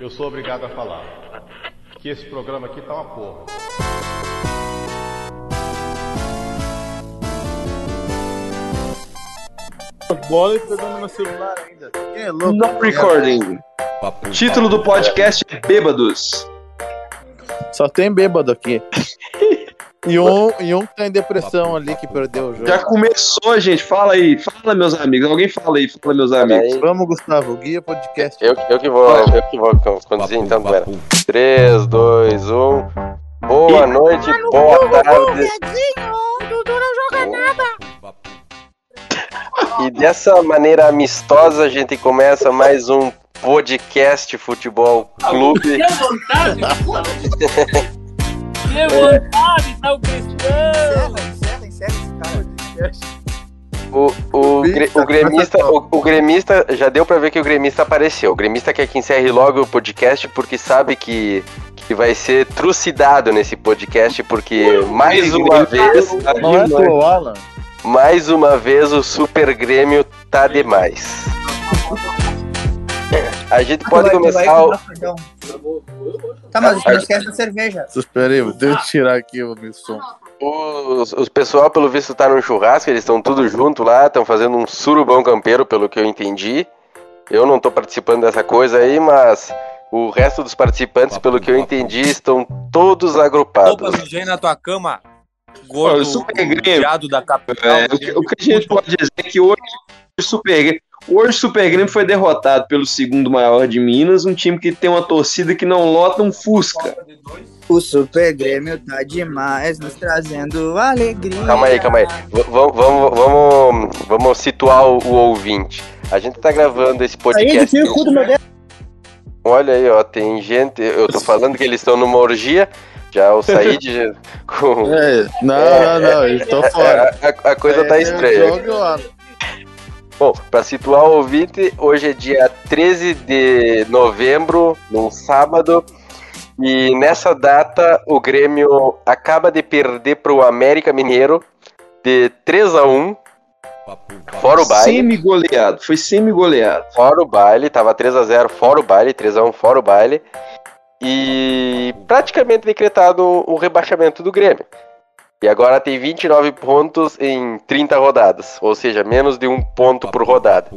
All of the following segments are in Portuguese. eu sou obrigado a falar que esse programa aqui tá uma porra. Bola e pegando meu celular ainda. Quem é louco? Não recording. Papo- Título do podcast é Bêbados. Só tem bêbado aqui. E um, e um que tá em depressão ali que perdeu o jogo. Já começou, gente. Fala aí. Fala, meus amigos. Alguém fala aí. Fala, meus amigos. Aí, Vamos, Gustavo, guia podcast. eu, eu que vou, eu que vou con- conduzir papo, então, galera. papo. 3, 2, 1. Boa noite, boa tarde. E dessa maneira amistosa a gente começa mais um podcast Futebol Clube. Dê vontade, porra. Dê vontade, tal cristão. O, o, gre- o gremista, o, o gremista, já deu pra ver que o gremista apareceu. O gremista quer que encerre logo o podcast porque sabe que, que vai ser trucidado nesse podcast, porque mais uma vez, Não é do Alan? mais uma vez o Super Grêmio tá demais. É, A gente pode começar o, Tá, mas o podcast da cerveja. Espera aí, deixa eu tirar aqui o meu som. Os, os pessoal, pelo visto, tá num churrasco, eles estão tudo junto lá, estão fazendo um surubão campeiro, pelo que eu entendi. Eu não tô participando dessa coisa aí, mas o resto dos participantes, pelo que eu entendi, estão todos Opa, agrupados. mijei na tua cama. Pô, Gordo, eu sou peregrino. viado da capital. É, o, que, o que a gente pode dizer é que hoje o Super Grêmio, hoje o Super Grêmio foi derrotado pelo segundo maior de Minas, um time que tem uma torcida que não lota um Fusca. O Super Grêmio tá demais, nos trazendo alegria. Calma aí, calma aí. V- Vamos vamos- vamos situar o, o ouvinte. A gente tá gravando esse podcast. Olha aí, ó, tem gente. Eu tô falando que eles estão numa orgia. Já o Said já- com. é, É, não, não, não, eu tô É, fora. A, a- a coisa tá É, estranha. jogo e o Alan. Bom, pra situar o ouvinte, hoje é dia 13 de novembro, num sábado, e nessa data o Grêmio acaba de perder pro América Mineiro de 3 a 1 fora o baile, Semi-goleado, foi semi-goleado. fora o baile, tava 3 a 0 fora o baile, 3 a 1 fora o baile, e praticamente decretado o rebaixamento do Grêmio. E agora tem 29 pontos em 30 rodadas, ou seja, menos de um ponto por rodada.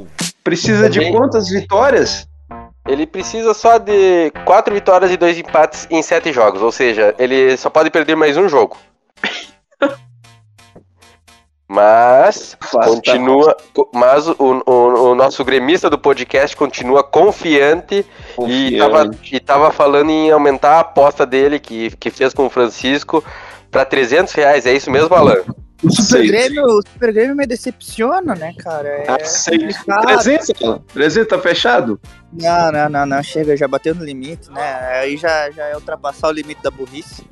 Precisa de Também. quantas vitórias? Ele precisa só de 4 vitórias e 2 empates em 7 jogos, ou seja, ele só pode perder mais um jogo. Mas Faz, continua, co- mas o, o- o nosso gremista do podcast continua confiante, E, tava, e tava falando em aumentar a aposta dele que, que fez com o Francisco pra 300 reais, é isso mesmo, Alan? Não O Super sei. Ah, Grêmio, o Super Grêmio me decepciona, né, cara? É Aceito. complicado. 300, Alan? 300 tá fechado? Não, não, não, não, chega, já bateu no limite, né? Aí já, já é ultrapassar o limite da burrice.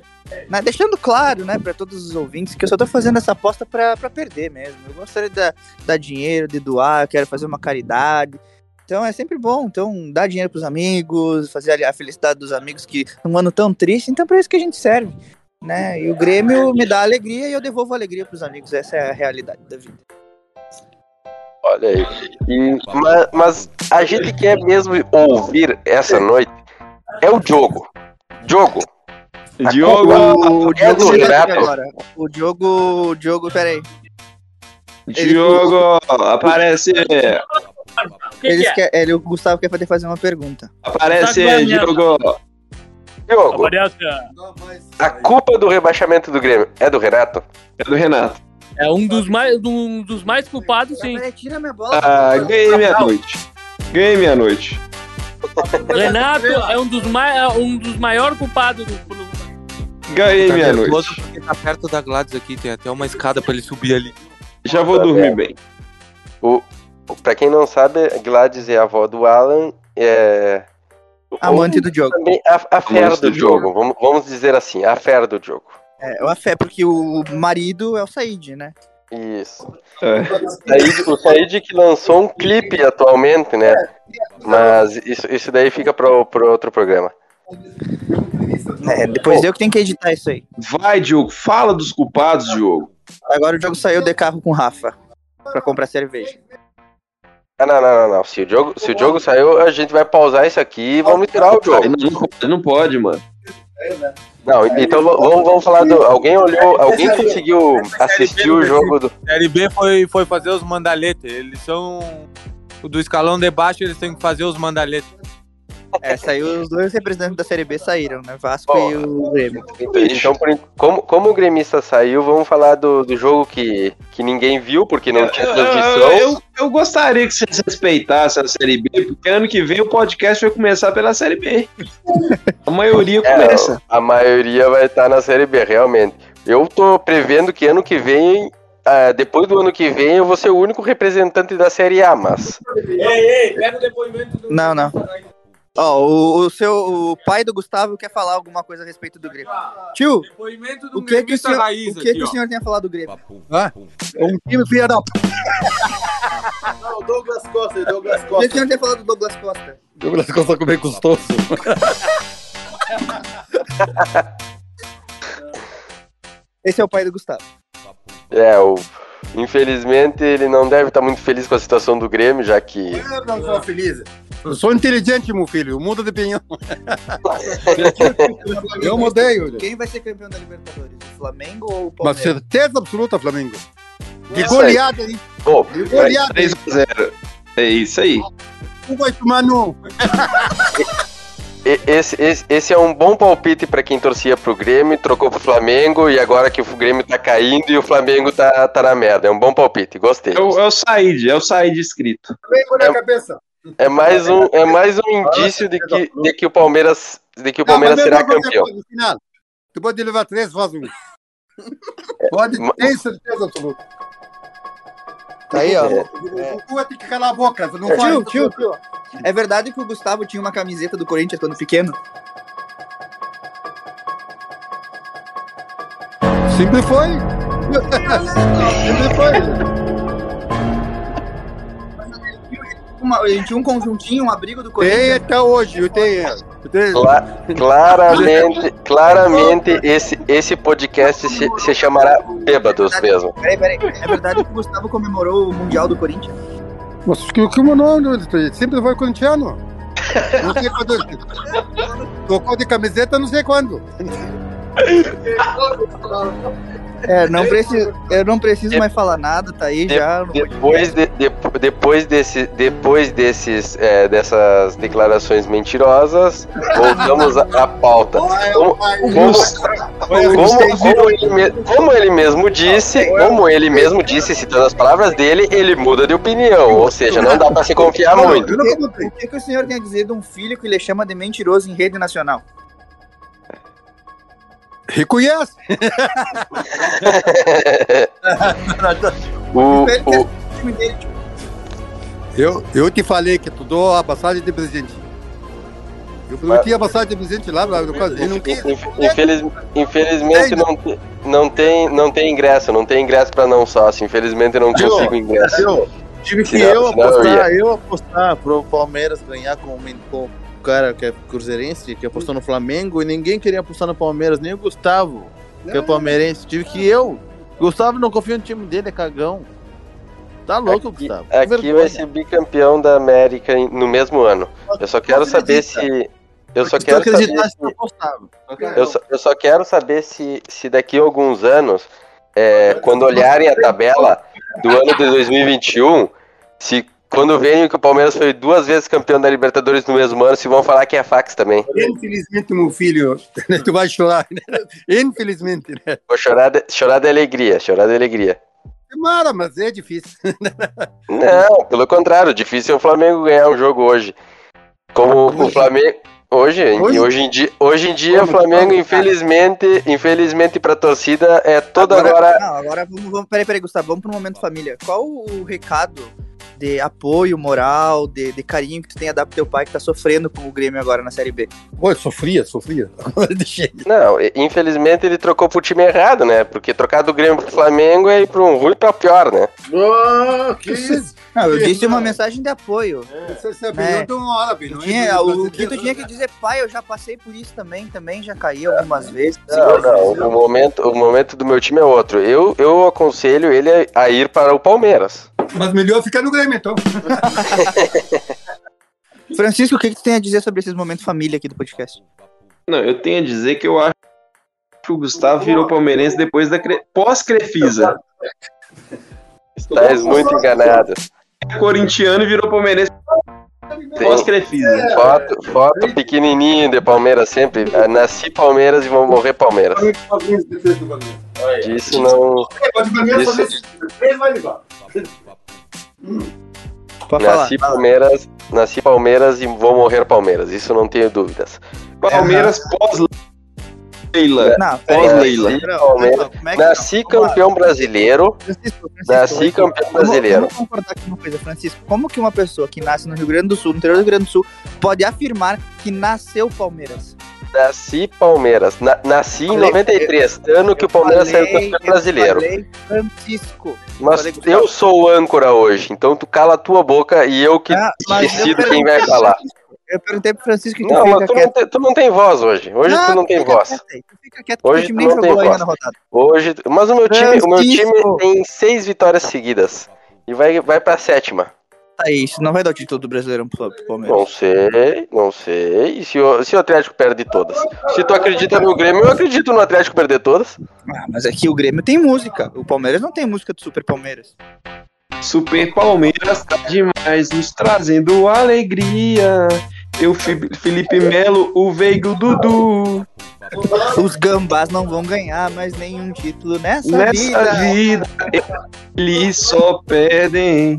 Mas deixando claro, né, pra todos os ouvintes, que eu só tô fazendo essa aposta pra, pra perder mesmo. Eu gostaria de dar, dar dinheiro, de doar, eu quero fazer uma caridade. Então é sempre bom, então, dar dinheiro pros amigos, fazer ali a felicidade dos amigos que num ano tão triste, então pra isso que a gente serve. Né? E o Grêmio me dá alegria e eu devolvo alegria pros amigos. Essa é a realidade da vida. Olha aí. E- ma- mas, a gente quer mesmo ouvir essa noite é o Diogo. Diogo, Tá Diogo, O Diogo, né? Diogo Gato. agora. O Diogo, o Diogo, peraí. Diogo, aparece, O que, Eles que é? quer- ele, o Gustavo quer poder fazer uma pergunta. aparece, Tá com a minha- Diogo. Diogo, Aparece. a culpa do rebaixamento do Grêmio é do Renato? É do Renato. É um dos mais, um dos mais culpados, sim. tira minha bola. Ah, ganhei minha noite. Ganhei minha noite. Renato é um dos mais, é um dos maiores culpados do clube. Ganhei minha noite. porque tá perto da Gladys aqui, tem até uma escada pra ele subir ali. Já vou dormir bem. Pra quem não sabe, Gladys é a avó do Alan, é Amante do Diogo. também a, a fera Amante do do Diogo, vamos, vamos dizer assim, a fera do Diogo. É, uma fé, porque o marido é o Said, né? Isso. tipo, É. Said- o Said que lançou um clipe atualmente, né? Mas isso, isso daí fica pro, pro outro programa. É, depois eu que tenho que editar isso aí. Vai, Diogo, fala dos culpados, Diogo. Agora o Diogo saiu de carro com o Rafa pra comprar cerveja. Ah, não, não, não, não. Se o jogo, se o jogo saiu, a gente vai pausar isso aqui e vamos tirar o jogo. Ele não, ele não pode, mano. Não, então v- vamos, vamos falar do. Alguém olhou. Alguém conseguiu assistir o jogo do. Série B foi, foi fazer os mandaletes. Eles são. Do escalão de baixo, eles têm que fazer os mandaletes. É, saiu os dois representantes da Série B saíram, né? Vasco Ó. e o Grêmio. Então, por en- como, como o gremista saiu, vamos falar do, do jogo que, que ninguém viu, porque não tinha Eu, transmissão. eu- eu gostaria que vocês respeitassem a Série B, porque ano que vem o podcast vai começar pela Série B. A maioria É, começa. a maioria vai estar na Série B, realmente. Eu tô prevendo que ano que vem, ah, depois do ano que vem, eu vou ser o único representante da Série A, mas. ei, pega o depoimento do. Não, não. Ó, o, o seu o pai do Gustavo quer falar alguma coisa a respeito do Grêmio. Tio, Depoimento o que que o senhor, é raiz o, que aqui, que o ó. senhor tem a falar do Grêmio? Hã? É um time filha da p- Não, Douglas Costa, Douglas O que que o Costa. senhor tem a falar do Douglas Costa? Douglas Costa comer custoso. Esse é o pai do Gustavo. É, o... infelizmente ele não deve estar muito feliz com a situação do Grêmio, já que. Eu não sou um feliz. Eu sou inteligente, meu filho. Muda de opinião. Eu mudei, Yuri. Quem vai ser campeão da Libertadores? O Flamengo ou o Mas Palmeiras? certeza absoluta, Flamengo. É De Essa aí. goleada, hein? Bom, De goleada. 3 a 0 É isso aí. Um vai tomar no. e- esse, esse, esse é um bom palpite pra quem torcia pro Grêmio, trocou pro Flamengo, e agora que o Grêmio tá caindo e o Flamengo tá, tá na merda. É um bom palpite, gostei. Eu, eu saí de, eu saí de escrito. Flamengo na cabeça. É mais um, é mais um indício de que, de que o Palmeiras, de que o Não, mas Palmeiras eu será vou fazer campeão. é coisa no final. Tu pode levar três, faz um. Pode É, ma- ter certeza absoluta. Tá aí, ó. É, O Gugu vai ter que calar a boca. Tu não fala Tio, isso. tio, tio. É verdade que o Gustavo tinha uma camiseta do Corinthians quando pequeno? Sempre foi. Sempre foi. Uma, ele tinha um conjuntinho, um abrigo do Tem Corinthians. até hoje. Eu tenho. Eu tenho. Cla- claramente, claramente esse, esse podcast se, se chamará Bêbados mesmo. Peraí, peraí. É verdade que o Gustavo comemorou o Mundial do Corinthians? Mas que, que o nome? Sempre foi corintiano. Não sei quando. Tocou de camiseta, não sei quando. É, não preciso, eu não preciso mais falar nada, tá aí De- já. Depois, de, de- depois, desse, depois desses, é, dessas declarações mentirosas, voltamos à à pauta. é Como, como, como, como ele me- como ele mesmo disse, como é ele mesmo disse, citando as palavras dele, ele muda de opinião. Ou seja, não dá pra se confiar muito. Eu não comprei. O que, que o senhor tem a dizer de um filho que ele chama de mentiroso em rede nacional? Reconhece. O, Ele o- quer o time dele, tipo, Eu, eu te falei que tu dou a passagem de presente. Eu prometi a passagem de presente lá, lá no caso. Ele não quis. Inf- infeliz- infelizmente não, te- não tem não tem ingresso, não tem ingresso pra não sócio. Infelizmente eu não Tio, consigo ingresso. Eu tive que Senão- eu senão eu apostar, eu apostar pro Palmeiras ganhar com, o men- com o cara que é cruzeirense, que apostou no Flamengo, e ninguém queria apostar no Palmeiras, nem o Gustavo, que é palmeirense. Tive que eu. Gustavo não confia no time dele, é cagão. Tá louco, Aqui, Gustavo. Que aqui vergonha. vai ser bicampeão da América em- no mesmo ano. Eu só quero saber se eu só Se tu quero saber acreditasse, se- tu apostava. eu só, eu só quero saber se se daqui a alguns anos é, quando olharem a tabela do ano de 2021, se quando verem que o Palmeiras foi duas vezes campeão da Libertadores no mesmo ano, se vão falar que é fax também. Infelizmente, meu filho, né? tu vai chorar. Infelizmente, né? Vou chorar de, chorar de alegria, chorar de alegria. Mara, mas é difícil. Não, pelo contrário, difícil é o Flamengo ganhar um jogo hoje. Como o Flamengo. Hoje, em- hoje? tá? Hoje? em dia, hoje em dia o Como? Flamengo, Como, cara? infelizmente, infelizmente pra torcida, é toda agora. Não, agora vamos, vamos. Peraí, peraí, Gustavo, vamos pro momento família. Qual o recado de apoio moral, de, de carinho que tu tem a dar pro teu pai que tá sofrendo com o Grêmio agora na Série B? Pô, eu sofria, sofria. Agora deixei. Não, e- infelizmente ele trocou pro time errado, né? Porque trocar do Grêmio pro Flamengo é ir pra um ruim pra pior, né? Ah, que isso? Não, eu disse uma mensagem de apoio. Você se É. é. de uma hora, Tu não tinha, o que tu tinha que dizer, pai, eu já passei por isso também, também já caí algumas vezes. É. Não, não, o momento, o momento do meu time é outro. Eu, eu aconselho ele a ir para o Palmeiras. Mas melhor ficar no Grêmio, então. Francisco, o que, que tu tem a dizer sobre esses momentos família aqui do podcast? Não, eu tenho a dizer que eu acho que o Gustavo virou palmeirense depois da cre- pós-Crefisa. Tá muito enganado. É Corintiano e virou palmeirense Tem É, pós-Crefisa. foto, foto pequenininho de Palmeiras sempre. Ah, Nasci Palmeiras e vou morrer Palmeiras. É, Isso não. Isso, Pode falar. nasci Palmeiras, nasci Palmeiras e vou morrer Palmeiras. Isso não tenho dúvidas. Palmeiras pós-Leila. Não, Pós peraí. Leila. Não, não, não, como é que Nasci não? Vamos lá. campeão brasileiro. Francisco, Francisco, Nasci campeão vamos- brasileiro. Vamos concordar com uma coisa, Francisco. Como que uma pessoa que nasce no Rio Grande do Sul, no interior do Rio Grande do Sul, pode afirmar que nasceu Palmeiras? Nasci Palmeiras. Na- nasci em Falei- 93, ano que o Palmeiras saiu Falei- campeão brasileiro. eu falei Francisco. Mas falei com- eu sou o âncora hoje, então tu cala a tua boca e eu que Ah, mas eu decido quem perguntei- vai falar. Eu perguntei pro Francisco que Não, tu mas fica tu não, quieto. te- tu não tem voz hoje. Hoje tu não tem fica voz. quieto aí, tu Fica quieto Hoje que o time nem tu não jogou tem ainda voz. na rodada. Hoje, mas o meu time, o meu Francisco! time tem seis vitórias seguidas e vai vai para sétima. Tá aí, isso não vai dar o título do Brasileirão pro pro Palmeiras. Não sei, não sei. E se o, se o Atlético perde todas? Se tu acredita no Grêmio, eu acredito no Atlético perder todas. Ah, mas aqui o Grêmio tem música. O Palmeiras não tem música do Super Palmeiras. Super Palmeiras tá demais, nos trazendo alegria. Eu, Fi- Felipe Melo, o veículo Dudu. Os gambás não vão ganhar mais nenhum título nessa, Nessa vida. vida, eles só perdem.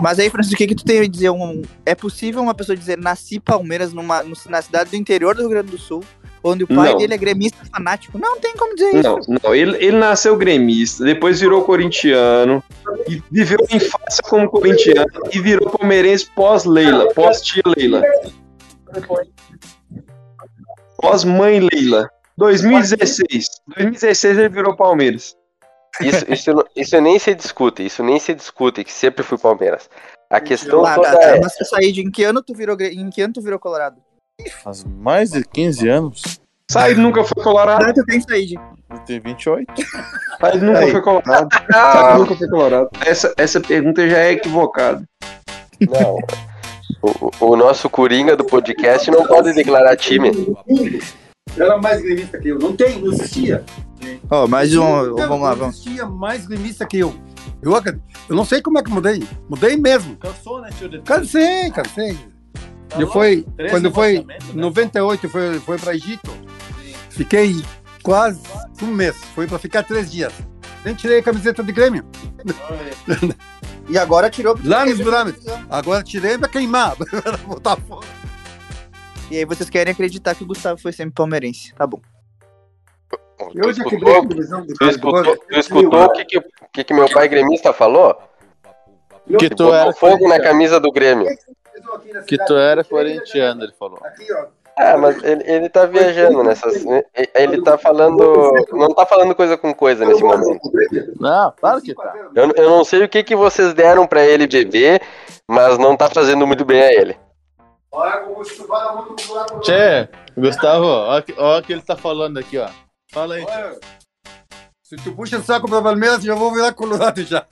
Mas aí, Francisco, o que, que tu tem a dizer? Um, é possível uma pessoa dizer nasci Palmeiras numa, no- na cidade do interior do Rio Grande do Sul, onde o pai Não. dele é gremista fanático? Não tem como dizer isso. Não, não. Ele, ele nasceu gremista, depois virou corintiano, e viveu a infância como corintiano e virou palmeirense pós-Leila, pós-tia Leila. Pós-mãe Leila. 2016. 2016 ele virou Palmeiras. Isso, isso, não- isso nem se discute, isso nem se discute, que sempre fui Palmeiras. A questão Tá, tá, toda tá. é. Mas isso aí, de em que ano tu virou, gre- em que ano tu virou colorado? Faz mais de 15 anos. Sai nunca foi colorado. Ah, tu tem isso aí, de... Eu tenho 28. Sai nunca Aí. foi colorado. Sai Ah, nunca foi colorado. Essa, essa pergunta já é equivocada. não. O- O, o nosso Coringa do podcast não pode declarar time. Era mais gremista que eu. Não tem, não existia. Ó, mais um, Não, vamos lá, Não vamos. existia mais gremista que eu. Eu, acredito- eu não sei como é que mudei. Mudei mesmo. Cansou, né, tio? De... Cansei, cansei. Tá Eu louco? fui, Três quando foi relacionamentos, né? 98, foi, foi para Egito. Fiquei quase um mês. Foi para ficar três dias. Nem tirei a camiseta de Grêmio. E agora tirou. Lá nos pirâmides. Agora tirei pra queimar. pra botar fogo. E aí vocês querem acreditar que o Gustavo foi sempre palmeirense. Tá bom. Eu Tu já quebrei a escutou, televisão de tu escutou, tu escutou o que, que, o que que meu pai gremista falou? Que Que tu era, botou fogo na camisa do Grêmio. que tu era corintiano, ele falou. Aqui, ó. Ah, mas ele, ele tá viajando nessas. e- Ele tá falando. Não tá falando coisa com coisa nesse momento. Não, claro que tá. Eu, eu não sei o que, que vocês deram pra ele beber, mas não tá fazendo muito bem a ele. Tchê, Gustavo, olha o que ele tá falando aqui, ó. Fala aí. Se tu puxa o saco pra Palmeiras, já vou virar colorado já.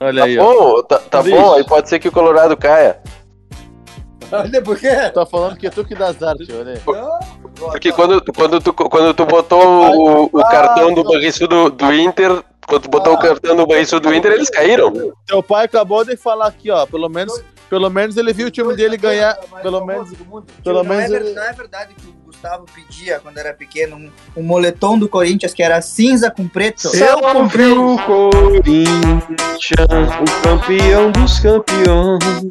Olha Tá aí, ó. bom, tá, tá Triste. bom, aí pode ser que o Colorado caia. Olha por quê? Tá falando que é tu que dá azar, tio, olha aí. Porque quando, quando, tu, quando tu botou o, o cartão do Barriço do, do Inter, quando Ah. tu botou o cartão do Barriço do Inter, eles caíram. Teu pai acabou de falar aqui, ó. Pelo menos, pelo menos ele viu o time dele ganhar. Pelo menos, pelo não, é menos. verdade, não é verdade que o Gustavo pedia quando era pequeno um, um moletom do Corinthians que era cinza com preto. Então, Eu ouvi o Corinthians, o campeão dos campeões.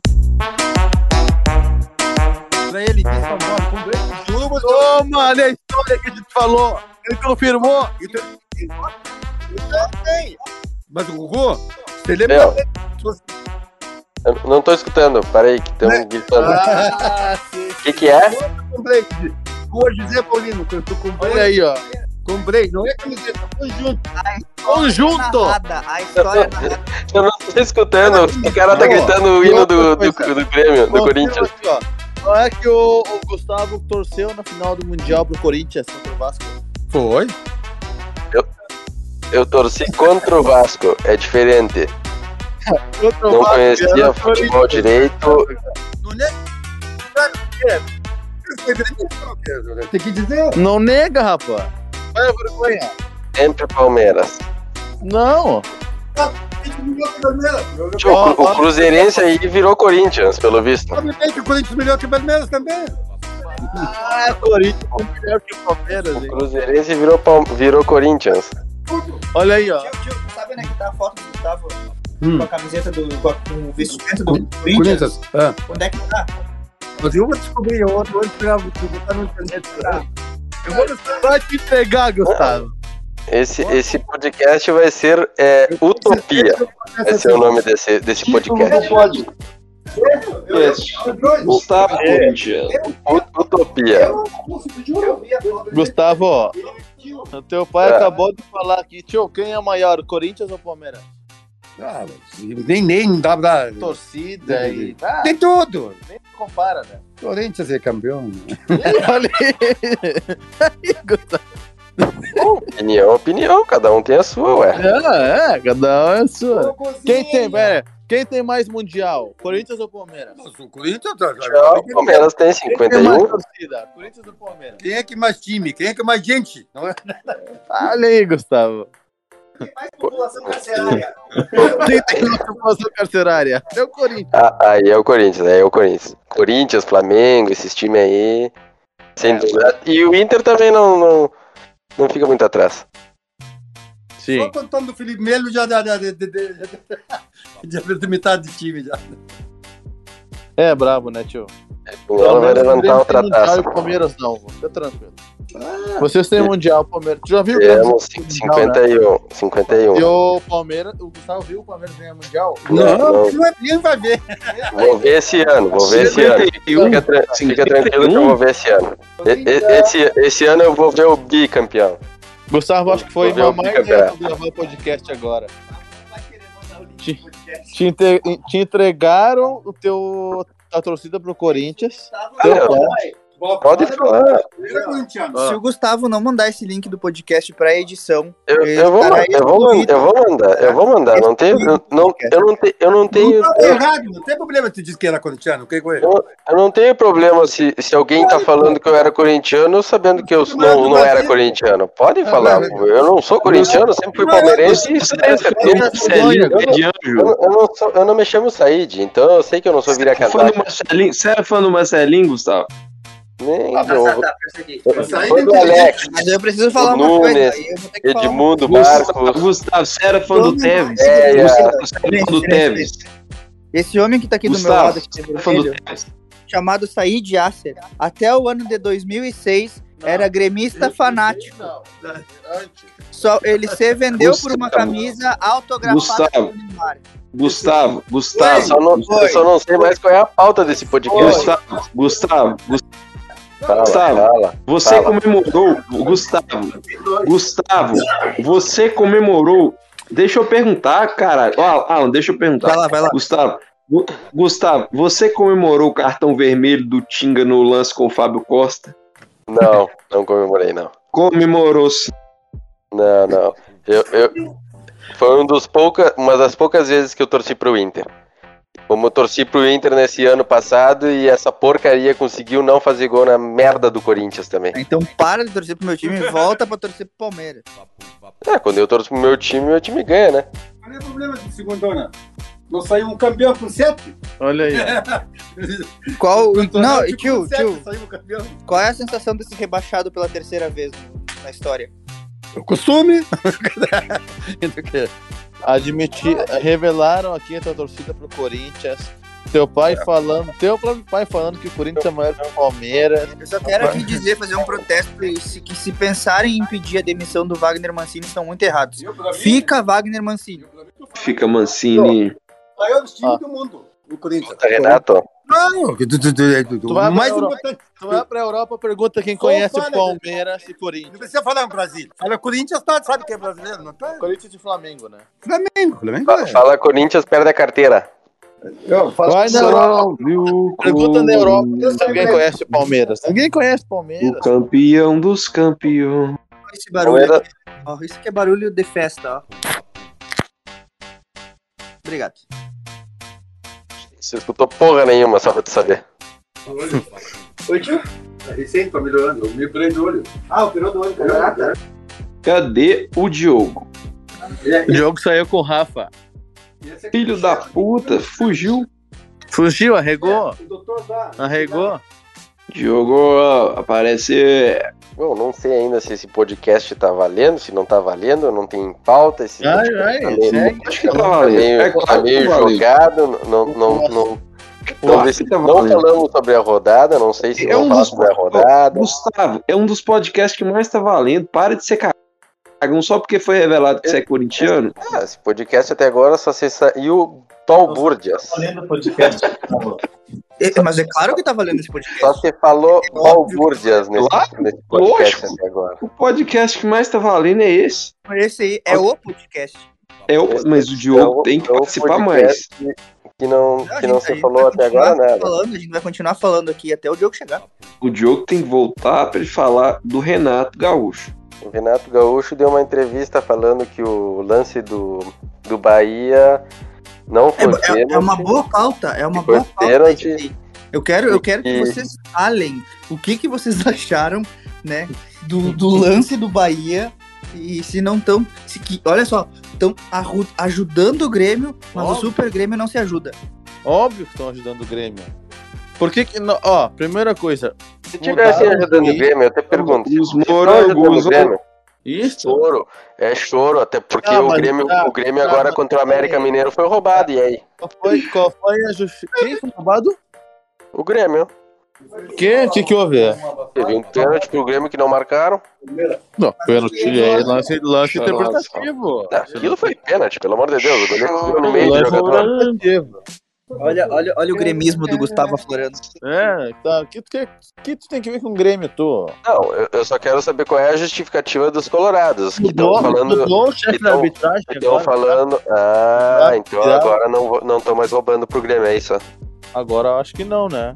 Pra ele, que são nós, com Grêmio. Juro, mas eu- Toma, olha é a história que a gente falou. Ele confirmou. Mas o Gugu, você lembra? Meu, eu não tô escutando, peraí, que Né? estão gritando. Ah, O que, que é? Comprei. Gugu José Paulino, que eu Olha comprei. aí, ó. Comprei. Não é camiseta, foi junto. Conjunto. Narrada, a história narrada. Eu não tô escutando, o cara tá gritando o hino do, do, do Grêmio, do Corinthians. Aqui, ó. Não é que o, o Gustavo assim, torceu na final do Mundial pro Corinthians contra o Vasco. Foi. Eu torci contra o Vasco, é diferente. Outro Não Vasco, conhecia era futebol direito. Tem que dizer. Não nega, rapaz. Olha a vergonha. Sempre Palmeiras. Não. Tio, o Cru- o Cruzeirense aí virou Corinthians, pelo visto. Sabe bem que o Corinthians é melhor que o Palmeiras também. Ah, Corinthians é melhor que o Palmeiras, O hein? Cruzeirense virou, Palm- virou Corinthians. Olha aí, ó. Tio, tio, sabe onde é que tá a foto do Gustavo Hum. com a camiseta do. com, a- com o vestimento do Corinthians? Corinthians. Ah. Onde é que tá? Mas eu vou descobrir, eu vou eu vou tirar, vou botar no internet. tá? Eu vou no vai te entregar, Gustavo. Esse, esse podcast vai ser é, Utopia. Vai ser o nome desse, desse podcast. pode. Gustavo Corinthians. É. U- Utopia. Gustavo, ó. O teu pai É. acabou de falar aqui, tio, quem é maior, Corinthians ou Palmeiras? Ah, nem, nem dá pra. Torcida e. Ah, Tem tudo. nem compara, né? Corinthians é campeão. Olha aí. Opinião, opinião, cada um tem a sua, ué. Ah, é, cada um é sua. Quem tem, pera, quem tem mais mundial? Corinthians ou Palmeiras? Mas o Corinthians. tá- Tchau, O Palmeiras tem Quem tem mais 51. torcida? Corinthians ou Palmeiras? Quem é que mais time? Quem é que mais gente? Não é? Olha aí, Gustavo. População carcerária. Quem tem mais população carcerária? É o Corinthians. Ah, aí é o Corinthians, aí é o Corinthians. Corinthians, Flamengo, esses times aí. Sem dúvida. E o Inter também não, não, não fica muito atrás. Só Sim. contando do Felipe Melo já já já já já já já de metade de time já. É brabo, né, tio? O Galo Pelo menos vai tá levantar o outra Grêmio tem mundial taça. e o Palmeiras não, é fica tranquilo. Ah, Vocês têm mundial, o Palmeiras. Tu já viu o Grêmio? Temos cin- 51. 51. E o Palmeiras, o Gustavo viu o Palmeiras ganhar mundial? Não, não. não é, ninguém vai ver. Vou ver esse ano, vou ver esse ano. um. Fica, tra- fica tranquilo que eu vou ver esse ano. E- e- Esse, esse ano eu vou ver o bicampeão. Gustavo, acho que é. foi Vou ver o uma mais campeonato. de gravar o podcast agora. Te, te entre- te entregaram o teu, a torcida pro Corinthians. Teu Ah, pai. Pode falar. Se o Gustavo não mandar esse link do podcast pra edição, Eu, eu, vou, Cara, ma- eu, vou, man- eu vou mandar, eu vou mandar. Não tenho, eu não, eu não, te- eu não tenho. Não tá eu- errado, não tem problema tu diz que era corintiano, o que que é? Eu não tenho problema se, se alguém tá falando que eu era corintiano sabendo que eu não, não era corintiano. Pode falar. Eu não sou corintiano, sempre fui palmeirense e isso tem certeza. Marcelinho, Eu não- grande Eu, é anjo. não- eu não sou- eu não me chamo Said, então eu sei que eu não sou Fã vira-casaca. do Marcelinho. Você é fã do Marcelinho, Gustavo? Nem Ah, do, tá, tá, presta aqui. fã do Alex, Mas eu preciso falar uma Nunes, coisa. aí Eu vou ter que um falar uma Edmundo, Gustavo, Marcos. Gustavo, você era né? fã do Vamos Tevez? É, é. Gustavo, você era fã do Tevez? É, Esse homem que tá aqui do meu Gustavo, lado, que tem Você era fã do vermelho, Tevez? chamado Said Yasser, até o ano de 2006 era gremista fanático. Só ele se vendeu por uma Gustavo. camisa autografada Gustavo. pelo Neymar. Gustavo, Eu Gustavo, Tá, só, não, eu só não sei mais qual é a pauta desse podcast. Gustavo, Gustavo, Gustavo, Fala, Gustavo. fala. você Fala. comemorou, Gustavo, Gustavo, você comemorou. Deixa eu perguntar, cara. Ó, Alan, deixa eu perguntar. Vai lá, vai lá. Gustavo, Gu- Gustavo, você comemorou o cartão vermelho do Tinga no lance com o Fábio Costa? Não, não comemorei, não. Comemorou sim. Não, não. Eu, eu... Foi um dos pouca... uma das poucas vezes que eu torci pro Inter. Como eu torci pro Inter nesse ano passado e essa porcaria conseguiu não fazer gol na merda do Corinthians também. Então para de torcer pro meu time e volta pra torcer pro Palmeiras. É, quando eu torço pro meu time, meu time ganha, né? Qual é o problema de segundona? Nós saímos um campeão com sete? Olha aí. ó. Qual. Oh, Não, tipo, Campeonato com tio, sete, tio, saímos campeão. qual é a sensação desse rebaixado pela terceira vez no- na história? O costume. Admitir, revelaram aqui a tua torcida pro Corinthians. Teu pai falando, teu próprio pai falando que o Corinthians é maior que o Palmeiras. Eu só quero aqui dizer, fazer um protesto e se- que se pensarem em impedir a demissão do Wagner Mancini, estão muito errados. Fica Wagner Mancini. Fica Mancini. é Maior time Ah. do mundo. O Corinthians. Tá, Renato, Não, que tu- tu- tu- tu- Tu vai pra mais Europa. importante. Tu vai pra Europa, pergunta quem Só conhece fala, o Palmeiras e Não Corinthians. precisa falar no Brasil. Fala Corinthians, tá, sabe que é brasileiro, não tá? Corinthians e Flamengo, né? Flamengo. Flamengo fa- fala Corinthians, perde a carteira. Vai na Europa. Pergunta na Europa né? se alguém conhece o Palmeiras. Ninguém conhece o O Palmeiras. campeão dos campeões. Esse barulho Palmeiras- aqui. Ó, isso que é barulho de festa, ó. Obrigado. Você escutou porra nenhuma, só pra tu saber. Oi, tio. Recente, tá melhorando. Eu me prendo o olho. Ah, operou do olho, cara. cara. Cadê o Diogo? O jogo saiu com o Rafa. É. Filho da puta, fugiu. Fugiu, arregou, O doutor tá. dá. É. arregou. Diogo ó, aparece. Bom, não sei ainda se esse podcast tá valendo, se não tá valendo, não tem pauta. Esse Ah, Ai, podcast é, ai, meio- segue. Acho que tá tá valendo. meio, É tá claro que meio tá valendo. jogado, não, não, não, Claro não, que tá não valendo. falamos sobre a rodada, não sei se É vamos um falar dos- sobre a rodada. Gustavo, é um dos podcasts que mais tá valendo. Para de ser cagão só porque foi revelado que você é corintiano. Ah, esse podcast até agora só se saiu balbúrdias. Lembra o podcast? É, mas é claro que tá valendo esse podcast. Só se falou balbúrdias nesse, Claro, nesse podcast lógico. até agora. O podcast que mais tá valendo é esse. Esse aí é o podcast. É o, mas o Diogo É o- tem que é o participar mais. podcast Que não, É, a que não gente- tá a se gente falou vai até continuar agora né, nada. Falando, a gente vai continuar falando aqui até o Diogo chegar. O Diogo tem que voltar pra ele falar do Renato Gaúcho. O Renato Gaúcho deu uma entrevista falando que o lance do, do Bahia não É, foi pênalti. é uma boa pauta, é uma Se for boa pauta. pênalti- isso aí. Eu quero, eu quero que E- vocês falem o que, que vocês acharam, né, do, do lance do Bahia e se não estão, olha só, estão ajudando o Grêmio, mas o Óbvio. Super Grêmio não se ajuda. Óbvio que estão ajudando o Grêmio. Por que que. não- Ó, primeira coisa. Se tivessem Mudaram ajudando o e- Grêmio, eu até pergunto. Os se não ajudando o morangos. Grêmio, Isso? choro. É choro, até porque Ah, o mas Grêmio, tá, o Grêmio tá, agora mas contra o América Mineiro foi roubado. E aí? Qual foi, qual foi a justiça? Quem foi roubado? O Grêmio. O quê? O que, que houve? Teve um pênalti pro Grêmio que não marcaram. Não, pênalti é lance, lance interpretativo. Não, Tá, aquilo foi pênalti, pelo amor de Deus. O goleiro pegou no meio do Lance jogador. interpretativo. Olha, Uhum. olha, olha o gremismo do Gustavo aflorando. É, tá. O que, tu quer- o que tu tem que ver com o Grêmio, tu? Não, eu, eu só quero saber qual é a justificativa dos colorados. Que estão Mudou- falando... mudou o chefe da então- arbitragem Estão agora? falando. Ah, Ah, então já. agora não vou- não estão mais roubando pro Grêmio, é isso? Agora eu acho que não, né?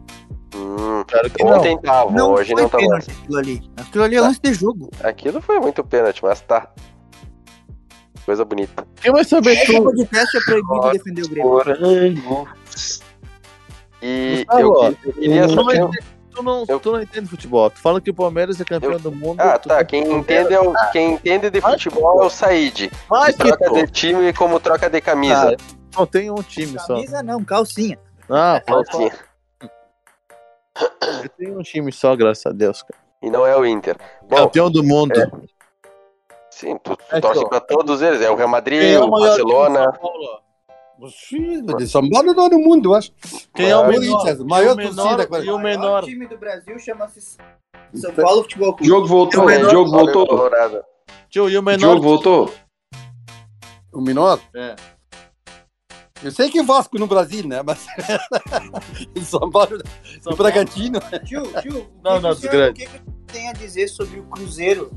Hum, Claro que não. ontem estavam, hoje não tá mais. pênalti aquilo ali. Aquilo ali é lance de jogo. Aquilo foi muito pênalti, mas tá. Coisa bonita. Quem vai saber Esse tu? podcast é proibido defender o Grêmio. E Gustavo, eu, ó, que- eu queria Tu não, saber. entende, tu, não, Eu- tu não entende futebol. Tu fala que o Palmeiras é campeão do mundo. Ah, tu- tá. Quem entende, é o- quem entende de futebol é o Said. Mas que Troca tu- de time como troca de camisa. Só tem um time só. Camisa não, calcinha. Ah, Então, assim, eu tenho um time só, graças a Deus. Cara. e não é o Inter. Bom, é. Campeão do mundo. sim, tu, tu É, torce então. pra todos eles. É o Real Madrid, Quem é o o maior Barcelona. Filho de São Paulo não é no mundo, eu acho. Quem é o menor? Corinthians, maior o torcida. menor e o menor. time do Brasil chama-se São Paulo Futebol O Diogo voltou, Então, Eu o menor- Diogo Olha o voltou. Colorado. Tio, e o O menor. Diogo voltou. O menor? É. Eu sei que é Vasco no Brasil, né? Mas. São Paulo, São o Bragantino. Tio, tio, o Não, não, que que o senhor grande. o que que o senhor tem a dizer sobre o Cruzeiro?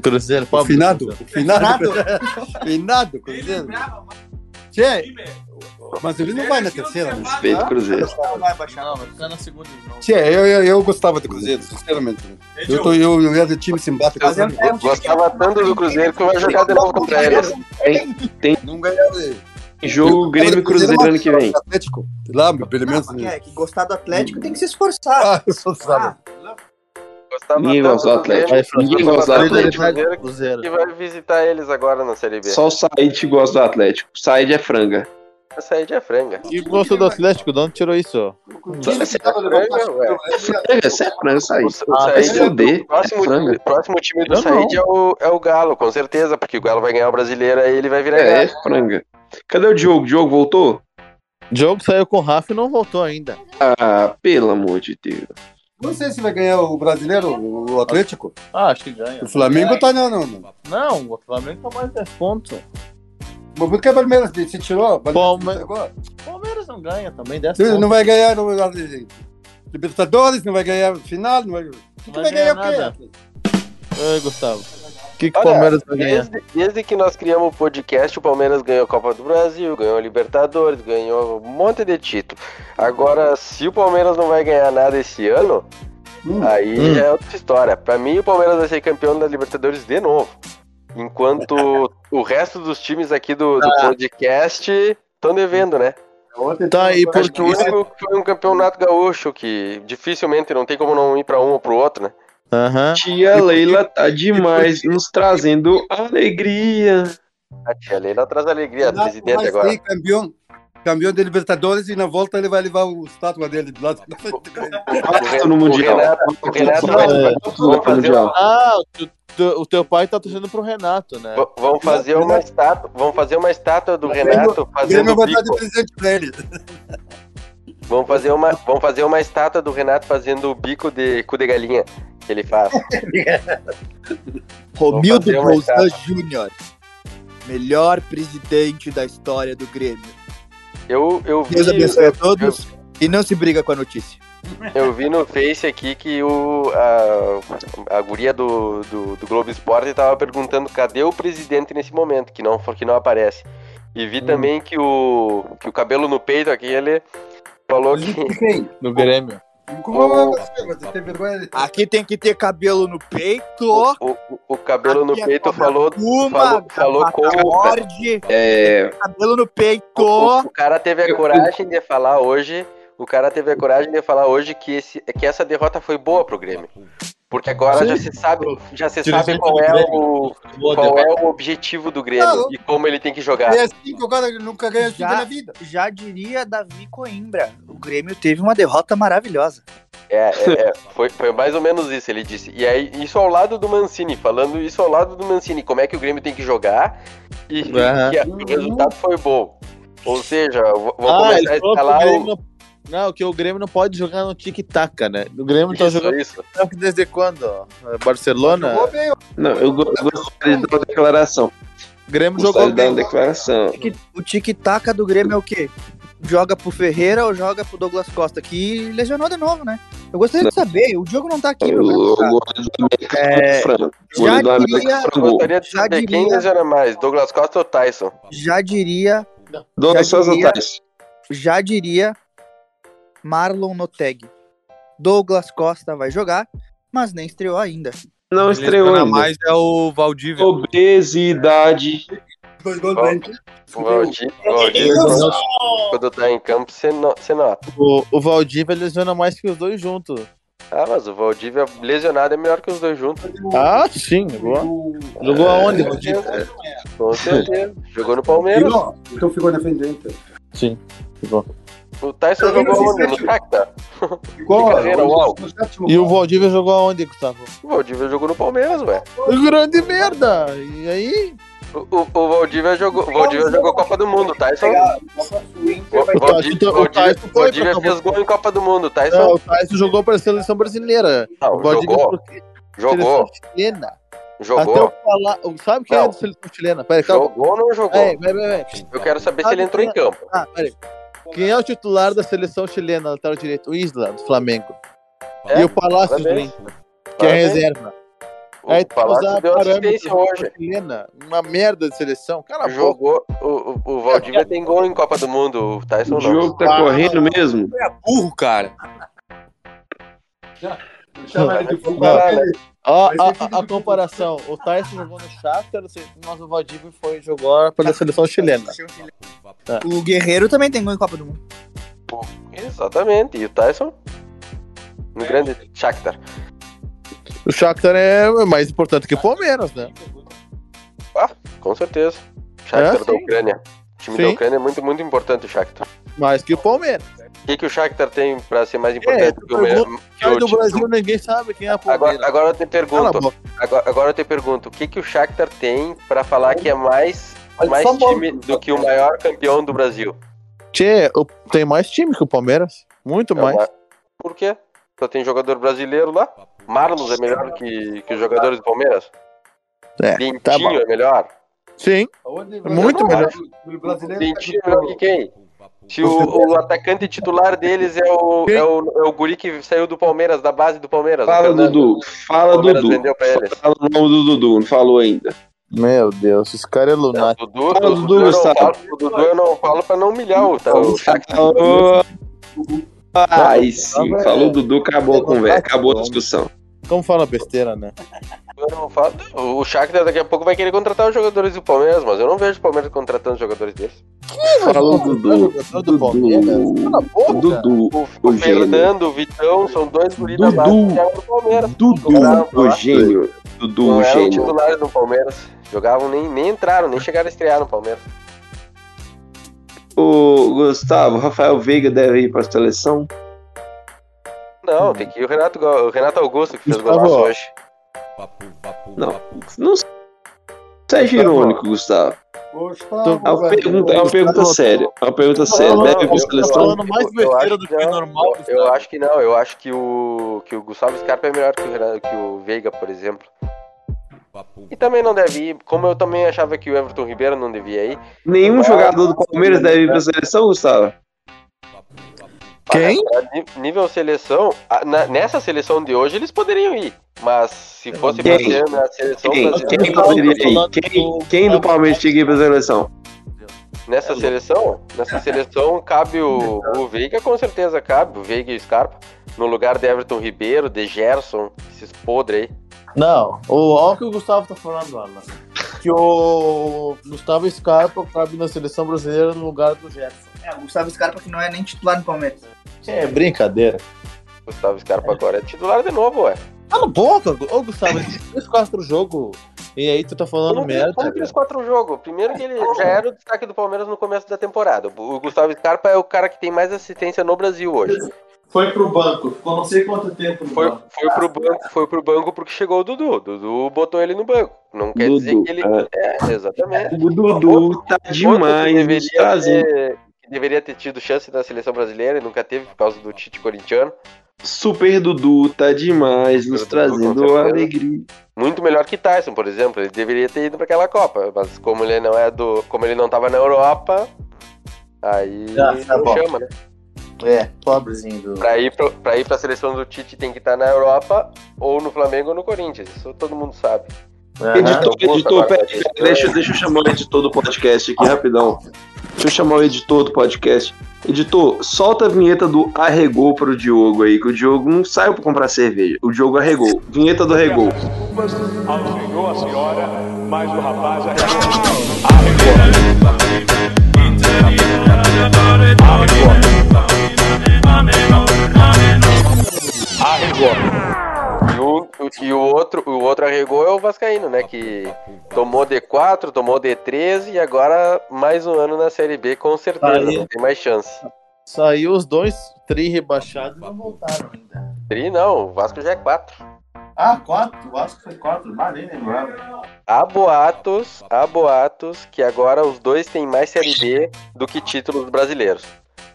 Cruzeiro, O Pablo. finado. O Nada. finado. Finado, Ele Cruzeiro. brava, mas Tchê, time. mas ele não vai na terceira. né? Respeito, Cruzeiro. Não vai baixar. Não, vai ficar na segunda. Não. Tchê, eu, eu, eu gostava do Cruzeiro, sinceramente. Eu, tô, eu, eu ia do time simpático. Mas é um- é um time que- Gostava tanto do Cruzeiro que vai jogar de novo contra eles. Não ganhava. Tem jogo Grêmio e Cruzeiro ano que vem. Atlético. Lá, pelo menos. Não, é que gostar do Atlético tem que se esforçar. Ah, eu sou sábio. Gostava Ninguém tanto gosta do Atlético. Vai, Francisco. Ninguém gosta do Atlético. Cruzeiro Cruzeiro. que vai visitar eles agora na Série B. Só o Said que gosta do Atlético. O Said é franga. Essa Sair de é franga. E gostou do Atlético? De onde tirou isso? Você é franga, velho. Franga, você é franga, Said. O Vai Said se é- fuder. o próximo, É franga. time, o próximo time do Eu Said é o, é o Galo, com certeza, porque o Galo vai ganhar o brasileiro aí ele vai virar É, é Galo. franga. Cadê o Diogo? O Diogo voltou? Diogo saiu com o Rafa e não voltou ainda. Ah, pelo amor de Deus. Não sei se vai ganhar o brasileiro, o Atlético. Ah, acho que ganha. É. O Flamengo tá não, não. não. Não, o Flamengo tá mais 10 pontos. Mas por que o Palmeiras se tirou? Palme- Agora. O Palmeiras não ganha também, 10 Ele pontos. Não vai ganhar o Libertadores, não vai ganhar final, não vai. O que, que Não vai vai ganhar, ganhar o quê? Ei, Gustavo. O que, que o Olha, Palmeiras vai ganhar? Desde, desde que nós criamos o podcast, o Palmeiras ganhou a Copa do Brasil, ganhou a Libertadores, ganhou um monte de título. Agora, se o Palmeiras não vai ganhar nada esse ano, Hum. aí Hum. é outra história. Pra mim, o Palmeiras vai ser campeão da Libertadores de novo. Enquanto o resto dos times aqui do, do Ah. podcast estão devendo, né? Tá, e por Acho que o é- único que foi um campeonato gaúcho que dificilmente não tem como não ir pra um ou pro outro, né? Aham. Tia Leila tá demais, nos trazendo alegria. A tia Leila traz alegria, a presidente Mas agora. tem campeão, campeão de Libertadores e na volta ele vai levar o estátua dele do lado. no O Mundial. Renato, o Renato vai, É. vamos fazer, Mundial. Ah, tu- tu- o teu pai tá torcendo pro Renato, né? v- vamos fazer uma estátua, vamos fazer uma estátua do Renato O Grêmio fazendo vai dar de bico. presente pra ele. Vamos fazer uma, vamos fazer uma estátua do Renato fazendo o bico de cu de galinha que ele faz. Romildo fazer uma Bolzan Júnior. Melhor presidente da história do Grêmio. Eu eu vi, Deus abençoe a todos. E não se briga com a notícia. eu vi no Face aqui que o a, a guria do, do, do Globo Esporte tava perguntando cadê o presidente nesse momento, que não que não aparece. E Hum. vi também que o que o cabelo no peito aqui ele falou que No Grêmio. Como você tem vergonha de Aqui tem que ter cabelo no peito. o, o, o cabelo no aqui é peito cobra falou Uma, falou- falou gravata com- morde, É, cabelo no O, peito. o cara teve a coragem de falar hoje. O cara teve a coragem de falar hoje que, esse, que essa derrota foi boa pro Grêmio. Porque agora já se sabe, já se Tira sabe esse qual do é Grêmio. o qual é o objetivo do Grêmio Não. e como ele tem que jogar. É assim que o cara nunca ganha tudo Já- na vida. Ah, Já diria Davi Coimbra, o Grêmio teve uma derrota maravilhosa. É, é, é, foi, foi mais ou menos isso, ele disse. E aí, isso ao lado do Mancini, falando isso ao lado do Mancini, como é que o Grêmio tem que jogar e, e Aham. que a- o resultado foi bom. Ou seja, vou, vou Ah, começar a ele falou que o escalar Grêmio o. não... Não, que o Grêmio não pode jogar no tic-tac, né? O Grêmio tá jogando Isso, isso. desde quando? É, Barcelona? Jogou bem, não, eu go- eu gostaria de dar uma declaração. O Grêmio Gostaria jogou de dar bem. uma declaração. O tic-tac do Grêmio é o quê? Joga pro Ferreira ou joga pro Douglas Costa, que lesionou de novo, né? Eu gostaria de saber, o Diogo não tá aqui, Eu, eu meu irmão. gosto do América É, frango. Eu já gosto do América diria- frango. Gostaria de Já saber quem diria- lesiona mais, Douglas Costa ou Tyson? Já diria, Douglas já Souza diria- Tais. já diria Marlon Noteg. Douglas Costa vai jogar, mas nem estreou ainda. Não Ele estreou espera ainda. mais é o Valdívia. Obesidade. dois gols Bom, bem. O Valdir, o Valdir, quando tá em campo, você no- você nota. O, o Valdívia lesiona mais que os dois juntos. Ah, mas o Valdívia lesionado é melhor que os dois juntos. Ah, sim. Jogou, jogou é, aonde, Valdívia? Com certeza. Jogou no Palmeiras. Tirou. Então ficou defendente. é O Tyson jogou onde? No Shakhtar. Ficou. carreira, uau. No sétimo E o Valdívia jogou aonde, Gustavo? O Valdívia jogou no Palmeiras, ué. Grande merda! E aí? O, o, o Valdívia jogou. O Valdívia jogou Copa do Mundo, o Tyson. O, o Valdívia, Tyson- o Valdívia- Tyson o foi Valdívia pra fez Copa. gol em Copa do Mundo, é o Não, Tyson. o Tyson jogou para a seleção brasileira. Não, O Valdívia jogou, porque- jogou, seleção chilena. Até jogou. eu falar. Sabe quem é Não. da seleção chilena? Peraí, calma. Jogou ou não jogou? Peraí, peraí, peraí. Eu quero saber se ele entrou em campo. Ah, peraí. Quem é o titular da seleção chilena, lateral direito? O Isla, do Flamengo. É, e o Palácio do parabéns. Inter, que é Parabéns. reserva. O tu Palácio usar deu tá parâmetros assistência da hoje. Chilena, uma merda de seleção. Cala a boca. Jogou. O, o, o Valdívia tem gol em Copa do Mundo, o Tyson O não. jogo tá correndo mesmo. É burro, cara. Chama ele de Não. fubá. Ó, Mas a- é que a, a comparação. O Tyson jogou no Shakhtar, não sei, mas o Valdívia foi jogou pela seleção chilena. O Guerreiro também tem gol em Copa do Mundo. Exatamente. E o Tyson? No É. grande Shakhtar. O Shakhtar é mais importante que o Palmeiras, né? Com certeza. Shakhtar É? da Ucrânia. O time da Sim. Ucrânia é muito, muito importante o Shakhtar. Mais que o Palmeiras. O que, que o Shakhtar tem pra ser mais importante É, que o Palmeiras? Que Aí o é do time- Brasil ninguém sabe quem é o Palmeiras. Agora, agora eu te Cala a pergunto. boca. Agora, agora eu te pergunto. O que, que o Shakhtar tem pra falar que é mais, Olha mais só a bola. time do que o maior campeão do Brasil? Tchê, o- tem mais time que o Palmeiras. Muito É o mais. ma- Por quê? Só tem jogador brasileiro lá? Marlos é melhor que, que os jogadores do Palmeiras? É, Dentinho tá bom. é melhor? Sim. Aonde? Muito melhor. O brasileiro tá Dentinho é melhor que quem? Se o, o atacante titular deles é o, é, o, é o guri que saiu do Palmeiras, da base do Palmeiras. Fala, o Fernando. Dudu. O Fala, Palmeiras Dudu. vendeu pra eles. Fala o nome do Dudu, não falou ainda. Meu Deus, esse cara é É, lunático. o Dudu, Fala, o Dudu, Dudu, eu não Gustavo. falo, o Dudu eu não falo pra não humilhar o, tá, o Shakhtar. Falou. Aí sim, falou Dudu, acabou a conversa, acabou a discussão. Então Como fala besteira, né? Eu não falo. O Shakhtar daqui a pouco vai querer contratar os jogadores do Palmeiras, mas eu não vejo o Palmeiras contratando os jogadores deles. Falou Dudu. Dudu. Dudu. O o gênio. Fernando, o Vitão, são dois guris da base Dudu. que eram do Palmeiras. Dudu, Jogaram lá. o gênio. Dudu, Não o eram gênio. titulares do Palmeiras. Jogavam, nem, nem entraram, nem chegaram a estrear no Palmeiras. Ô, Gustavo, Rafael Veiga deve ir pra seleção? Hum. Não, tem que ir o Renato, Go- o Renato Augusto que fez o Gustavo, golaço ó. hoje. Não. Não seja irônico, Gustavo. É uma pergunta, é uma pergunta séria. É uma pergunta séria. Deve ir pra seleção? Tá mais besteira do que é- normal. Eu, acho que não, eu acho que o, que o Gustavo Scarpa é melhor que o, Renato- que o Veiga, por exemplo. E também não deve ir, como eu também achava que o Everton Ribeiro não devia ir. Nenhum jogador do Palmeiras deve ir pra seleção, Gustavo? Quem? nível seleção, a- na- nessa seleção de hoje eles poderiam ir, mas se fosse Quem? brasileiro na seleção Quem? brasileira, Quem poderia ir? Quem, quem do Palmeiras tinha que ir pra seleção? nessa seleção, nessa seleção cabe o, o Veiga, com certeza cabe, o Veiga e o Scarpa, no lugar de Everton Ribeiro, de Gerson, esses podres aí. Não, o, olha o que o Gustavo tá falando, Alan. Que o Gustavo Scarpa cabe na seleção brasileira no lugar do Jefferson. É, o Gustavo Scarpa que não é nem titular no Palmeiras. É brincadeira. Gustavo Scarpa agora é titular de novo, ué. Cala a boca, Gu- ô Gustavo, eles quatro jogo e aí tu tá falando Como que- merda. Como que eles quatro jogos? Primeiro que ele já era o destaque do Palmeiras no começo da temporada. O Gustavo Scarpa é o cara que tem mais assistência no Brasil hoje. Foi pro banco, ficou não sei quanto tempo no Foi, banco. foi pro banco, foi pro banco porque chegou o Dudu. Dudu botou ele no banco. Não quer dizer Dudu, que ele. é. É, exatamente. O Dudu tá Outro que demais nos deveria, Brasil. ter, que deveria ter tido chance na seleção brasileira e nunca teve por causa do Tite corintiano. Super Dudu tá demais nos Dudu, com trazendo certeza. alegria. Muito melhor que Tyson, por exemplo. Ele deveria ter ido pra aquela Copa. Mas como ele não é do. Como ele não tava na Europa, aí Ah, tá não bom. chama, né? É, pobrezinho do. Pra ir, pro, pra ir pra seleção do Tite tem que estar na Europa, ou no Flamengo ou no Corinthians. Isso todo mundo sabe. Aham. Editor, editor, Agora, pera, pera, editor. deixa, deixa eu chamar o editor do podcast aqui rapidão. Deixa eu chamar o editor do podcast. Editor, solta a vinheta do arregou pro Diogo aí, que o Diogo não saiu pra comprar cerveja. O Diogo arregou. Vinheta do arregou. Desculpas ao senhor, a senhora, mas o rapaz arregou. E o, o- e o outro, o outro arregou é o Vascaíno, né? Que tomou D4, tomou D13 e agora mais um ano na Série B, com certeza. Aí. Não tem mais chance. Saiu os dois, tri rebaixados e não voltaram ainda. Tri não, o Vasco já é 4. Ah, quatro? Eu acho que foi quatro. Ah, nem lembrava. Há boatos, há boatos que agora os dois têm mais Série B do que títulos brasileiros.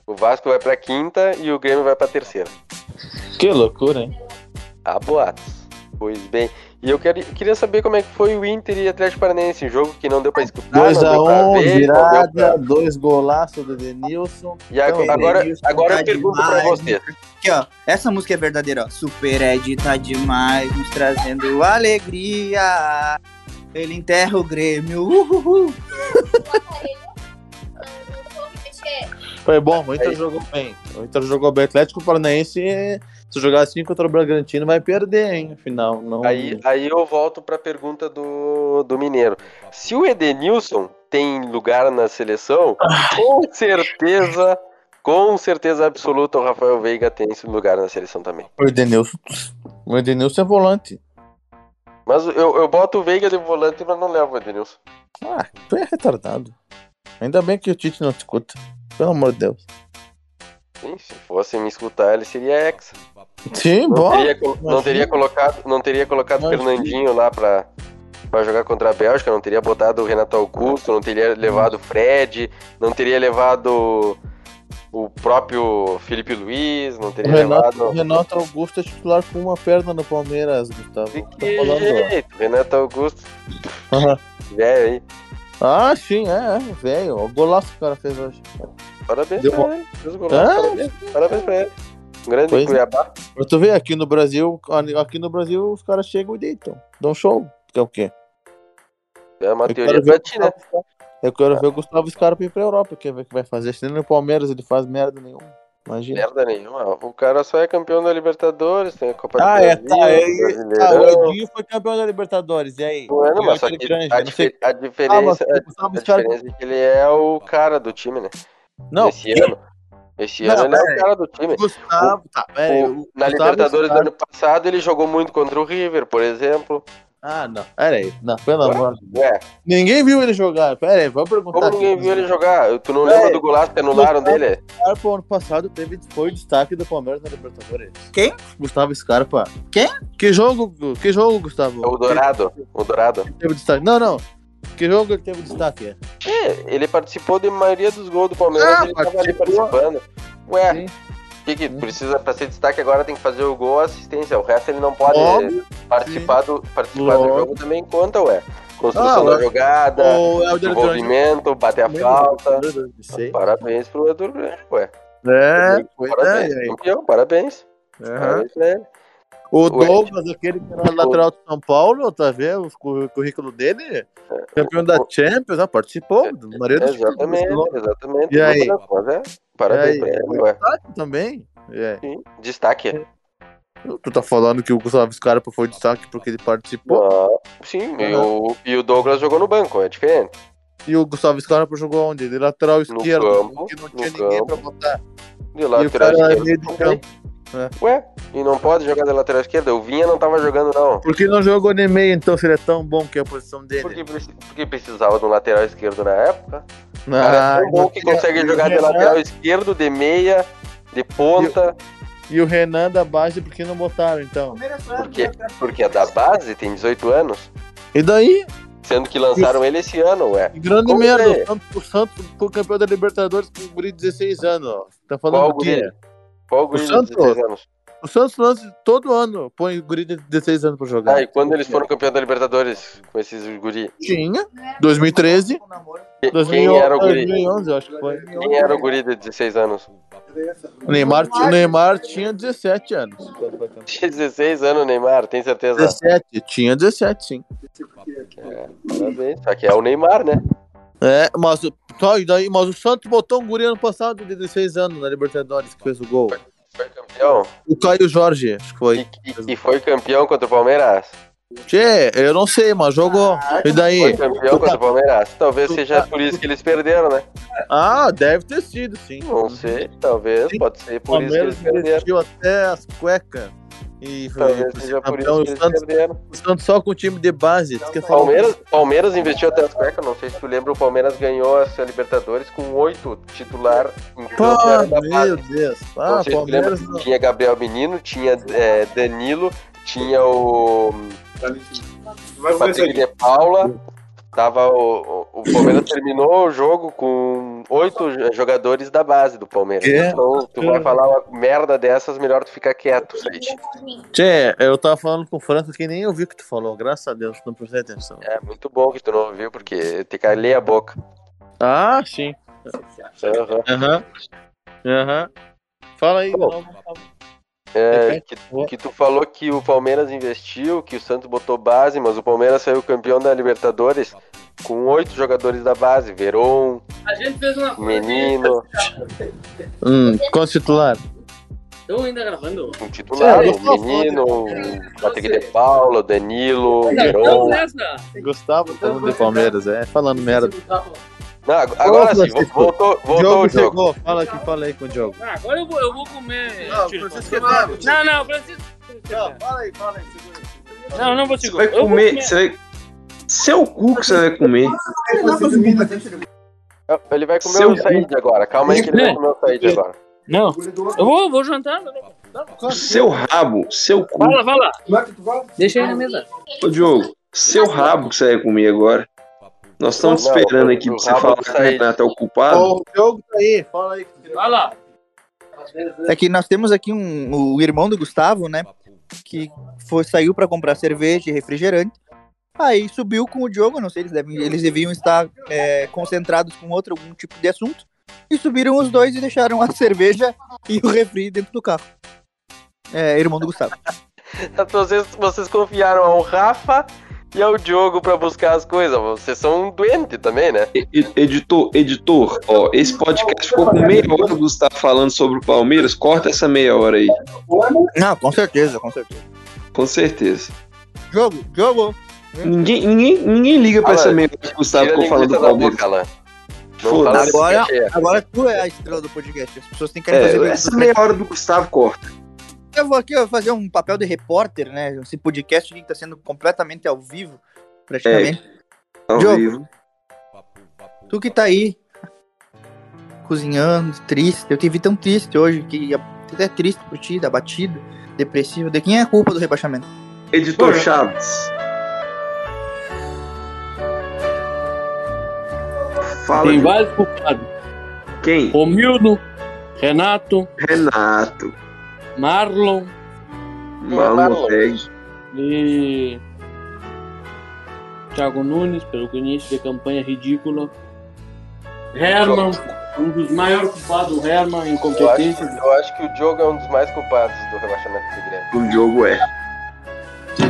O Vasco vai pra quinta e o Grêmio vai pra terceira. Que loucura, hein? Há boatos. Pois bem. E eu quero- queria saber como é que foi o Inter e Atlético Paranaense, um jogo que não deu pra escutar, não deu pra 2x1, ver, não deu pra- virada, dois golaços do Denilson. E ago- Então, agora, Denilson agora tá eu pergunto pra demais, você. Aqui, ó, essa música é verdadeira, ó. Super Ed tá demais, nos trazendo alegria. Ele enterra o Grêmio. Uhuhu. Foi bom, o Inter jogou bem. O Inter jogou bem. Atlético Paranaense, se jogar assim contra o Bragantino, vai perder, hein? Afinal, não. Aí, aí eu volto pra pergunta do, do Mineiro. Se o Edenilson tem lugar na seleção, com certeza, com certeza absoluta, o Rafael Veiga tem esse lugar na seleção também. O Edenilson. O Edenilson é volante. Mas eu, eu boto o Veiga de volante, mas não levo o Edenilson. Ah, tu é retardado. Ainda bem que o Tite não te escuta. Pelo amor de Deus. Sim, se fosse me escutar, ele seria ex. Sim, Não bom. teria, col- não teria colocado, não teria colocado o Imagina. Fernandinho lá pra, pra jogar contra a Bélgica, não teria botado o Renato Augusto, não teria levado o Fred, não teria levado o próprio Felipe Luiz, não O teria Renato, o levado. Renato Augusto é titular com uma perna no Palmeiras, Gustavo. De Tá que falando, jeito? Renato Augusto, ó. velho aí. ah, sim, é, é, velho. O golaço que o cara fez hoje. Parabéns Deu pra ele. Fez o golaço, tá Ah, parabéns, parabéns pra ele. Um grande Pois é. Cuiabá. Mas tu vê, aqui no Brasil, aqui no Brasil os caras chegam e deitam. Dão show. Que é o quê? É uma Eu teoria quero, pra ver ti, né? eu quero ver o Gustavo Scarpa ir pra Europa, quer ver o que vai fazer. Se ele no Palmeiras, ele faz merda nenhuma. Imagina. Merda nenhuma. O cara só é campeão da Libertadores, tem a Copa do Ah, é, Brasil, tá. é, Brasileirão. tá, o Edinho foi campeão da Libertadores, e aí? Não é, não, Ganhou mas só aquele que grande, a, não sei- dife- a diferença, Ah, mas a, sabe a os caras- diferença é que ele é o cara do time, né? Não, Esse ano. Esse Não, ano ele é pera o cara do time. Gustavo, tá, pera aí, O- o na Gustavo Libertadores do Gustavo- ano passado ele jogou muito contra o River, por exemplo. Ah, não. Pera aí, não, pelo amor de Deus. É. Ninguém viu ele jogar, pera aí, vamos perguntar. Como ninguém tá aqui. viu ele jogar? Tu não Véi, lembra do golaço que anularam Gustavo dele? Scarpa, ano passado, teve, foi o destaque do Palmeiras na Libertadores. Quem? Gustavo Scarpa. Quem? Que jogo, Gu- que jogo, Gustavo? É O Dourado. O Dourado. Que teve destaque? Não, não. Que jogo ele teve destaque? É, ele participou de maioria dos gols do Palmeiras, Ah, ele tava ali participou. participando. Ué, o que, que precisa pra ser destaque agora tem que fazer o gol, a assistência. O resto ele não pode Óbvio, participar, do, participar do Lógico. jogo também conta, ué. Construção Ah, da ué. jogada, O Helder desenvolvimento, bater a Grande. falta. Sei. Parabéns pro Edu Grande, ué. É, pois é. Parabéns, e aí? campeão, parabéns. É Aham. Parabéns pra ele. O Ué. Douglas, aquele que era lateral de São Paulo, tá vendo o cu- currículo dele? Campeão da Champions, ah, É, participou. do Maria dos Exatamente, exatamente. E aí? Uma das coisas, é. Parabéns E aí? pra ele, ué. Destaque também. É. Sim, Destaque. Tu tá falando que o Gustavo Scarpa foi destaque porque ele participou. Ah, sim, e, o, e o Douglas jogou no banco, é diferente. E o Gustavo Scarpa jogou onde? De lateral No esquerdo, campo, que não no tinha ninguém campo. pra botar. De É. e o lateral cara é meio esquerdo. de campo. Ué, e não pode jogar de lateral esquerda? O Vinha não tava jogando, não. Por que não jogou nem meio, então, se ele é tão bom que é a posição dele? Porque, preci- porque precisava de um lateral esquerdo na época. Não, cara é tão Ah, não bom que tinha- consegue e o jogar de Renan- lateral esquerdo, de meia, de ponta. é- E o Renan da base, por que não botaram, então? Porque, porque é da base, tem 18 anos. E daí? Sendo que lançaram ele esse ano, ué. Grande Como merda, é? o Santos, o Santos foi campeão da Libertadores com o guri de 16 anos, ó. Tá falando Qual o quê? guri? Qual guri de Santos? 16 anos? O Santos lança todo ano, põe o guri de 16 anos pra jogar. Ah, e quando eles foram campeão da Libertadores com esses guri? Tinha, 2013, Que- Quem 2011, era o guri? 2011, eu acho que foi. Quem era o guri de 16 anos? O Neymar, o Neymar tinha 17 anos. quando foi campeão. Tinha 16 anos, Neymar, tem certeza? 17, tinha 17, sim. Parabéns. Só que é o Neymar, né? É, mas, o- tá, e daí, mas o Santos botou um guri ano passado de 16 anos na Libertadores que fez o gol. Foi campeão. O Caio Jorge, acho que foi. E, e- e foi campeão contra o Palmeiras? Tchê, eu não sei, mas jogou. E Foi daí? campeão contra o Palmeiras? Talvez tá- seja por isso que eles perderam, né? Ah, deve ter sido, sim. Não sei, talvez, Uhum. Sim. pode ser O por isso que Palmeiras eles perderam. investiu até as cuecas. E foi Talvez seja por campeão. isso que O eles Santos, tá perderam. o Santos só com o time de base. esqueceu. Palmeiras, Palmeiras investiu até as cuecas, não sei se tu lembra, o Palmeiras ganhou essa Libertadores com oito titular em campo, Pá, era é da base. meu Deus. Não Ah, sei se tu lembra, Palmeiras não. tinha Gabriel Menino, tinha é, Danilo, tinha o Vai começar Patrick de Paula. Tava o, o, o Palmeiras terminou o jogo com oito jo- jogadores da base do Palmeiras. Que? Então, tu vai falar uma merda dessas, melhor tu ficar quieto, Said. Tchê, eu tava falando com o França que nem ouvi o que tu falou. Graças a Deus, não prestei atenção. É muito bom que tu não ouviu, porque tem que calei a boca. Ah, sim. Aham. Aham. Aham. Fala aí, Tá bom. não. É, que, que tu falou que o Palmeiras investiu, que o Santos botou base, mas o Palmeiras saiu campeão da Libertadores com oito jogadores da base. Veron, A gente fez uma Menino, Hum, qual titular? Estão ainda gravando? um titular, Sério? o menino, o Patrick de Paula, Danilo, então, Verón. né? nessa. Gustavo falando de Palmeiras, é. Falando merda. Não, ag- agora sim, Francisco. voltou, voltou Diogo o jogo. chegou. Fala aqui, fala aí com o Diogo. Ah, agora eu vou, eu vou comer. Não, Tira. Francisco, não, não, não, Francisco. Fala aí, fala aí. Não, não vou Você segurar. vai Eu vou comer, você vai... Seu cu que você vai comer. Ele vai comer Seu o Said agora, calma aí que ele vai comer o Said agora. Não, eu vou, vou jantar. Seu rabo, seu cu. Fala, fala. é Deixa ele na mesa. Ô, Diogo, seu rabo que você vai comer agora. Nós estamos Não, esperando o- aqui o pra você rabo falar do que o Said. Renato é o culpado. Ô, Diogo tá aí, fala aí. Fala. É que nós temos aqui um, o irmão do Gustavo, né? Que foi, saiu pra comprar cerveja e refrigerante. Aí subiu com o Diogo, não sei, eles, devem, eles deviam estar é, concentrados com outro algum tipo de assunto. E subiram os dois e deixaram a cerveja e o refri dentro do carro. É, irmão do Gustavo. Então, Vocês, vocês confiaram ao Rafa e ao Diogo pra buscar as coisas. Vocês são um doente também, né? Editor, editor, ó, esse podcast ficou com meia hora do Gustavo falando sobre o Palmeiras. Corta essa meia hora aí. Não, com certeza, com certeza. Com certeza. Jogo, jogo. Ninguém, ninguém, ninguém liga pra Alan, essa meia hora que o Gustavo Tira a ficou falando do linguiça da boca, Palmeiras. Alan. Não Foda-se. fala assim, desse Agora, cachê. agora tu é a estrela do podcast. As pessoas têm que fazer É, bem. essa meia hora do Gustavo corta. é, Eu vou aqui ó, fazer um papel de repórter, né? Esse podcast que tá sendo completamente ao vivo, praticamente. Ao Diogo. vivo. Tu que tá aí cozinhando, triste. Eu te vi tão triste hoje que até é triste por ti, abatido, depressivo. De quem é a culpa do rebaixamento? Editor Pô, Chaves. Fala, Tem Diogo. vários culpados. quem? Romildo, Renato, Renato. Marlon Marlon Peg. e Thiago Nunes, pelo que início de campanha ridícula. Herman, um dos maiores culpados, o Herman, Eu acho, incompetência. eu acho que o Diogo é um dos mais culpados do rebaixamento do Grêmio. O Diogo é.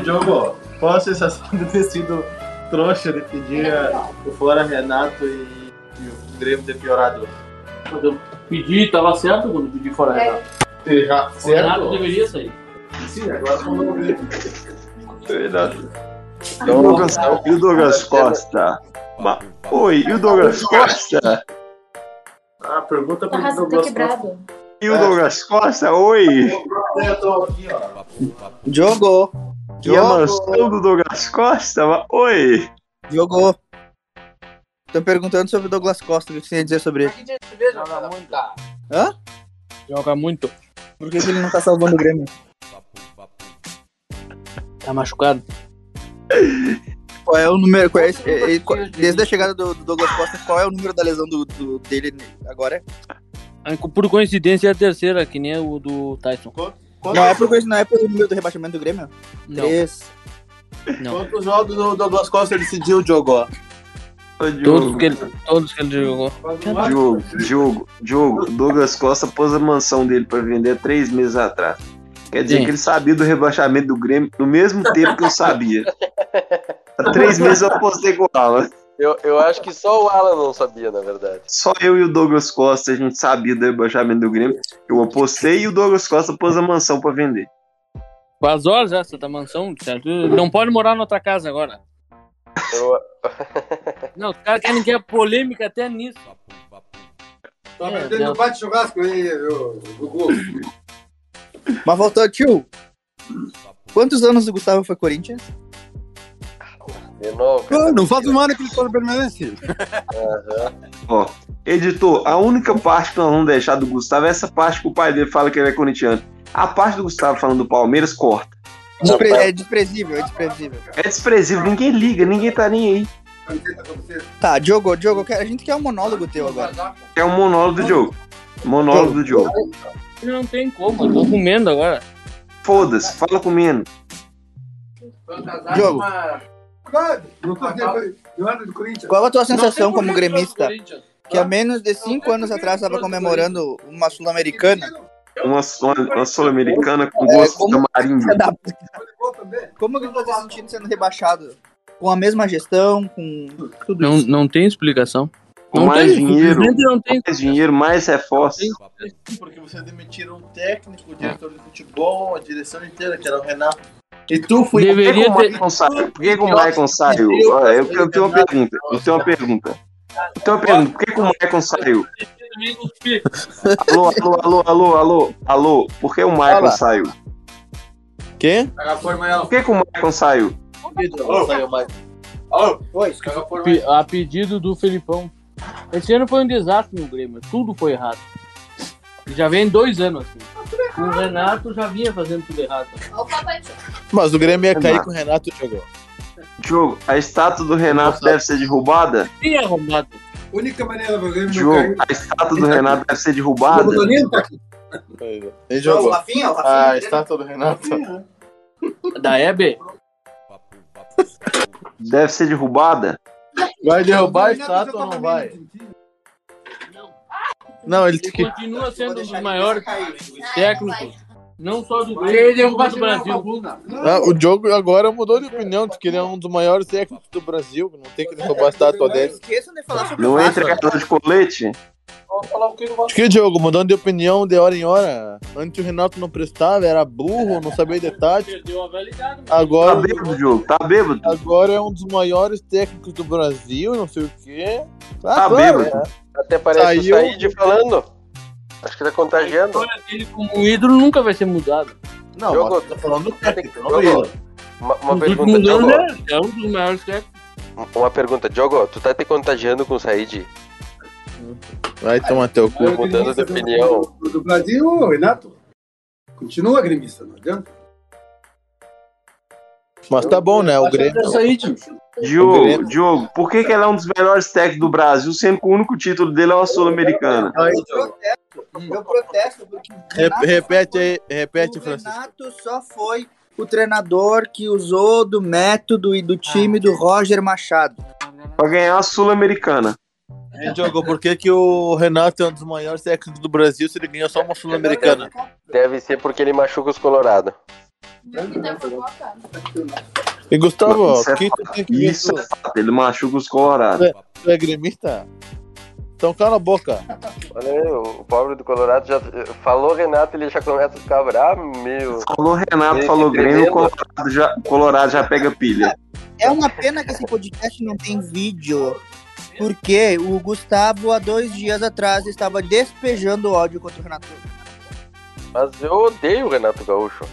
Diogo, qual a sensação de ter sido trouxa de pedir a- o fora Renato e, e o Grêmio ter piorado? Quando eu pedi, tava certo quando pedi fora Renato. Já, O Renato certo? deveria sair. Sim, agora não Renato. Douglas, Então, e o Douglas Costa? Ma- Oi, e o Douglas Costa? Ah, pergunta Tá pra mim. arrasado, tá quebrado. E o Douglas Costa? Oi! Eu tô aqui, ó. Jogou! E a Jogou! mansão do Douglas Costa? Ma- Oi! Jogou! Estão perguntando sobre o Douglas Costa, o que você ia dizer sobre ele? Joga muito. Hã? Joga muito. Por que que ele não tá salvando o Grêmio? Tá machucado. Qual é o número? Qual é, esse- é- é- qual- desde a chegada do, do Douglas Costa, qual é o número da lesão do, do- dele agora? Por coincidência é a terceira, que nem o do Tyson. Não é, por, coisa- não é pelo número do rebaixamento do Grêmio? Não, Três. não. Quantos jogos o Douglas Costa decidiu, Diogo? Ô, Todos Diogo, que ele, todos que ele jogou. Diogo, Diogo, Diogo, o Douglas Costa pôs a mansão dele pra vender três meses atrás. Quer dizer Sim. que ele sabia do rebaixamento do Grêmio no mesmo tempo que eu sabia. Há três meses eu postei com o Alan. Eu, eu acho que só o Alan não sabia, na verdade. Só eu e o Douglas Costa a gente sabia do rebaixamento do Grêmio. Eu apostei e o Douglas Costa pôs a mansão pra vender. Quase horas essa da mansão, certo? Não pode morar na outra casa agora. Eu, Não, os caras querem que a polêmica até nisso. Tá É, perdendo não. o bate churrasco aí, viu, Gugu? Mas Ah, voltou, tio. Quantos anos o Gustavo foi Corinthians? de novo. Ah, Não faz um ano que ele foi no permanente. Ó, editor, a única parte que nós vamos deixar do Gustavo é essa parte que o pai dele fala que ele é corintiano. A parte do Gustavo falando do Palmeiras corta. Despre- é desprezível, é desprezível. É desprezível, ninguém liga, ninguém tá nem aí. Camiseta pra você. Tá, Diogo, Diogo, eu quero- a gente quer um monólogo teu agora. É um monólogo do Diogo. Monólogo do Diogo. Não tem como, eu tô comendo agora. Foda-se, fala com menos. Diogo. Verdade. Não tô vendo. Joana do Corinthians. Qual a tua Não tem sensação como por que gremista? trouxe o Corinthians. Que há menos de cinco anos atrás estava comemorando uma Sul-Americana. Uma, sul- uma sul-americana com É, gosto de como- tamarindo. Futebol também. Como que você tá sentindo sendo rebaixado? Com a mesma gestão, com tudo Não, isso. não tem explicação. Com não mais tem, dinheiro, simplesmente não tem. mais dinheiro, mais reforço. Porque vocês demitiram um técnico, o diretor de futebol, a direção inteira, que era o Renato. E tu foi Por que, que Deveria o ter. Maicon saiu? Por que, que o Maicon saiu? Olha, Eu, eu tenho uma pergunta. Eu tenho uma pergunta. Eu tenho uma pergunta. Por que, que o Maicon saiu? Alô, alô, alô, alô, alô, alô. Por que o Maicon Fala. saiu? Quê? Cagar foi, Maião. Por que, que o Maicon saiu? Oi, Cagar foi, Pe- A pedido do Felipão. Esse ano foi um desastre no Grêmio, tudo foi errado. Já vem dois anos assim. O Renato já vinha fazendo tudo errado. Opa, bateu. Mas o Grêmio ia cair Renato. com o Renato, Diogo. Diogo, a estátua do Renato deve ser derrubada? Sim, arrombado. Única maneira pra ver meu Diogo, carinho. a estátua do Renato deve ser O derrubada? Rodolino tá aqui. Ele jogou. Ah, Rafinha, o A estátua do Renato. Da Hebe? Deve ser derrubada? Vai derrubar a Rodolino já estátua ou tá não vai? comendo, gente. Não, ele Ele que. continua sendo um dos maiores técnicos Não só do Grêmio, mas do Brasil. Ah, o Diogo agora mudou de opinião, diz que ele é um dos maiores técnicos do Brasil, que não tem que derrubar a estátua dele. Esqueçam de falar sobre Não o entra catar de colete. Diz que, Diogo, mudando de opinião de hora em hora. Antes o Renato não prestava, era burro, não sabia de tática. Deu a validade. Tá Agora, bêbado, Diogo. Tá bêbado. agora é um dos maiores técnicos do Brasil, não sei o quê. Tá claro, bêbado. é. Até parece Saiu. o Said falando. Acho que tá contagiando. A história dele como um ídolo nunca vai ser mudada. Não, Diogo, mas tô falando do técnico, não do Diogo, ídolo. uma, uma Nos pergunta, últimos Diogo. anos é, é um dos maiores técnicos. Uma pergunta, Diogo, tu tá te contagiando com o Said? Vai tomar teu cu. Agora, mudando gremista de do- opinião. Do, do Brasil, Renato. Continua gremista, não adianta. Mas tá bom, né? O Grêmio. Diogo, Diogo, por que, que ele é um dos melhores técnicos do Brasil, sendo que o único título dele é uma Sul-Americana? Eu protesto, eu protesto porque o Re- Renato- Repete aí, repete, o Francisco. Renato só foi o treinador que usou do método e do time Ah, do Roger Machado. Pra ganhar a Sul-Americana. Hein, Diogo, por que, que o Renato é um dos maiores técnicos do Brasil se ele ganha só uma Sul-Americana? Deve ser porque ele machuca os Colorado. E Gustavo, Isso é quem tu tem que ver? Isso é fato, ele machuca os colorados. Tu é gremista? Então cala a boca. Olha aí, o pobre do Colorado já falou Renato, ele já começa a ficar bravo, meu. Falou Renato, Ele falou se Grêmio, tremendo. o Colorado já, o Colorado já pega pilha. É uma pena que esse podcast não tem vídeo, porque o Gustavo, há dois dias atrás, estava despejando ódio contra o Renato. Mas eu odeio o Renato Gaúcho.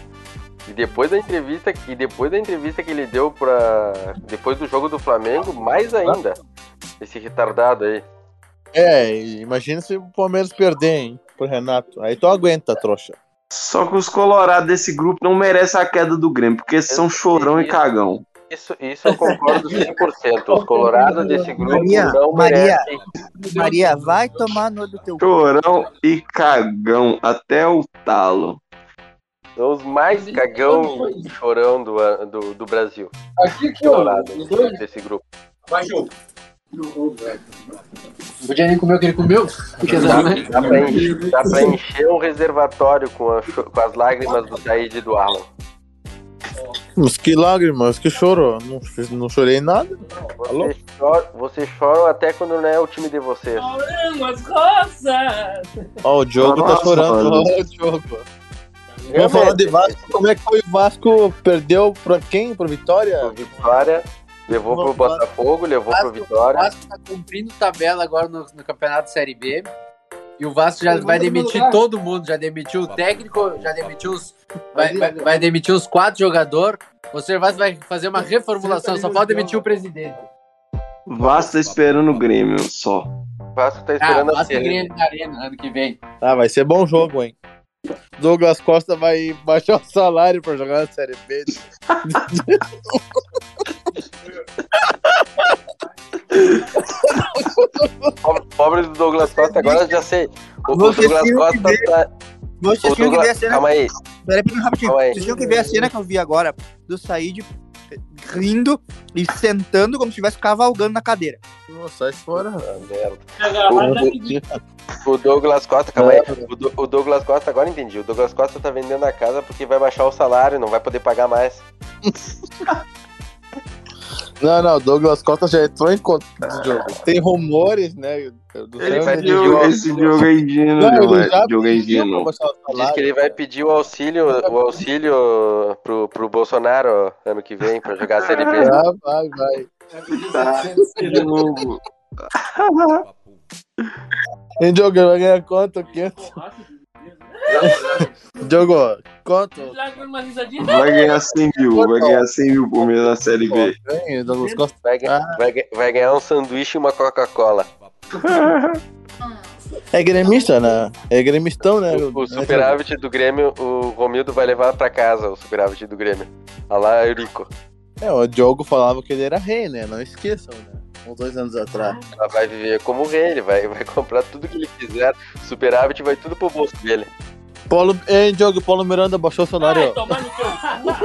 E depois da entrevista, e depois da entrevista que ele deu pra. depois do jogo do Flamengo, mais ainda. Esse retardado aí. É, e imagina se o Palmeiras perder, hein? Pro Renato. Aí tu aguenta, trouxa. Só que os colorados desse grupo não merecem a queda do Grêmio, porque eles são chorão e cagão. Isso, isso eu concordo 100%. Os colorados desse grupo Maria, não Maria. merecem. Maria, vai tomar no do teu cu. Chorão e cagão até o talo. São os mais cagão e chorão do, a- do, do Brasil. Aqui que Colorado, desse grupo. Vai, Diogo. Podia nem comer o que ele comeu. Porque não, Dá, né? dá pra encher, dá pra encher um reservatório com, a cho- com as lágrimas do Said e do Alan. Mas que lágrimas, que choro. Não, fiz- não chorei nada. Alô? Vocês choram, vocês choram até quando não é o time de vocês. Algumas rosas! Ó, o Diogo tá Nossa, chorando. mano. Ó, o Diogo. Vamos falar de Vasco. Como é que foi o Vasco? Perdeu pra quem? Pra Vitória? Vitória, levou pro Botafogo, levou pro O Vitória. Vasco tá cumprindo tabela agora no, no Campeonato Série B. E o Vasco já Todo vai mundo no demitir lugar. todo mundo. Já demitiu o técnico, já demitiu os. Vai, vai, vai demitir os quatro jogadores. Ou seja, o Vasco vai fazer uma reformulação. Só falta demitir o presidente. Vasco tá esperando o Grêmio só. O Vasco tá Ah, esperando a Vasco e cena. Grêmio na Arena ano que vem. Ah, vai ser bom jogo, hein? Douglas Costa vai baixar o salário pra jogar na Série B. Pobre- Pobre do Douglas Costa, agora eu já sei. O, o Vou assistir Douglas o Costa primeiro. tá. Vocês O tinham que ver a Douglas, cena. calma aí. Peraí, peraí, rapidinho. Calma aí. Vocês tinham que ver a cena que eu vi agora do Said eh, rindo e sentando como se estivesse cavalgando na cadeira. Nossa, sai fora. Ah, merda. O Douglas Costa, calma aí. O, Do- o Douglas Costa, agora entendi. O Douglas Costa tá vendendo a casa porque vai baixar o salário, não vai poder pagar mais. Não, não, Douglas Costa já entrou em contato Ah. do jogo. Tem rumores, né? Do Ele Santos. um pediu esse Diogo é Não, indino, ele demais. já Diogo é pediu pra indino. baixar o Diz que salário. ele vai pedir o auxílio, o auxílio pro, pro Bolsonaro ano que vem pra jogar a Série B. Ah, vai, vai. Tá, Diogo. Hein, Diogo, vai ganhar quanto? 500? Diogo, quanto? Uma risadinha. Vai ganhar 100 mil, vai ganhar 100 mil por mês na Série B. Vem, Douglas Costa. Vai, ga- vai ga- vai ganhar um sanduíche e uma Coca-Cola. É gremista, né? É gremistão, né? O, o superávit do Grêmio, o Romildo vai levar pra casa o superávit do Grêmio. Olha lá, Eurico. É, o Diogo falava que ele era rei, né? Não esqueçam, né? Uns dois anos atrás. Ela vai viver como rei, ele vai, vai comprar tudo que ele quiser. Superávit vai tudo pro bolso dele. Paulo, hein, Diogo, Paulo Miranda baixou o salário. Vai tomar no teu cu.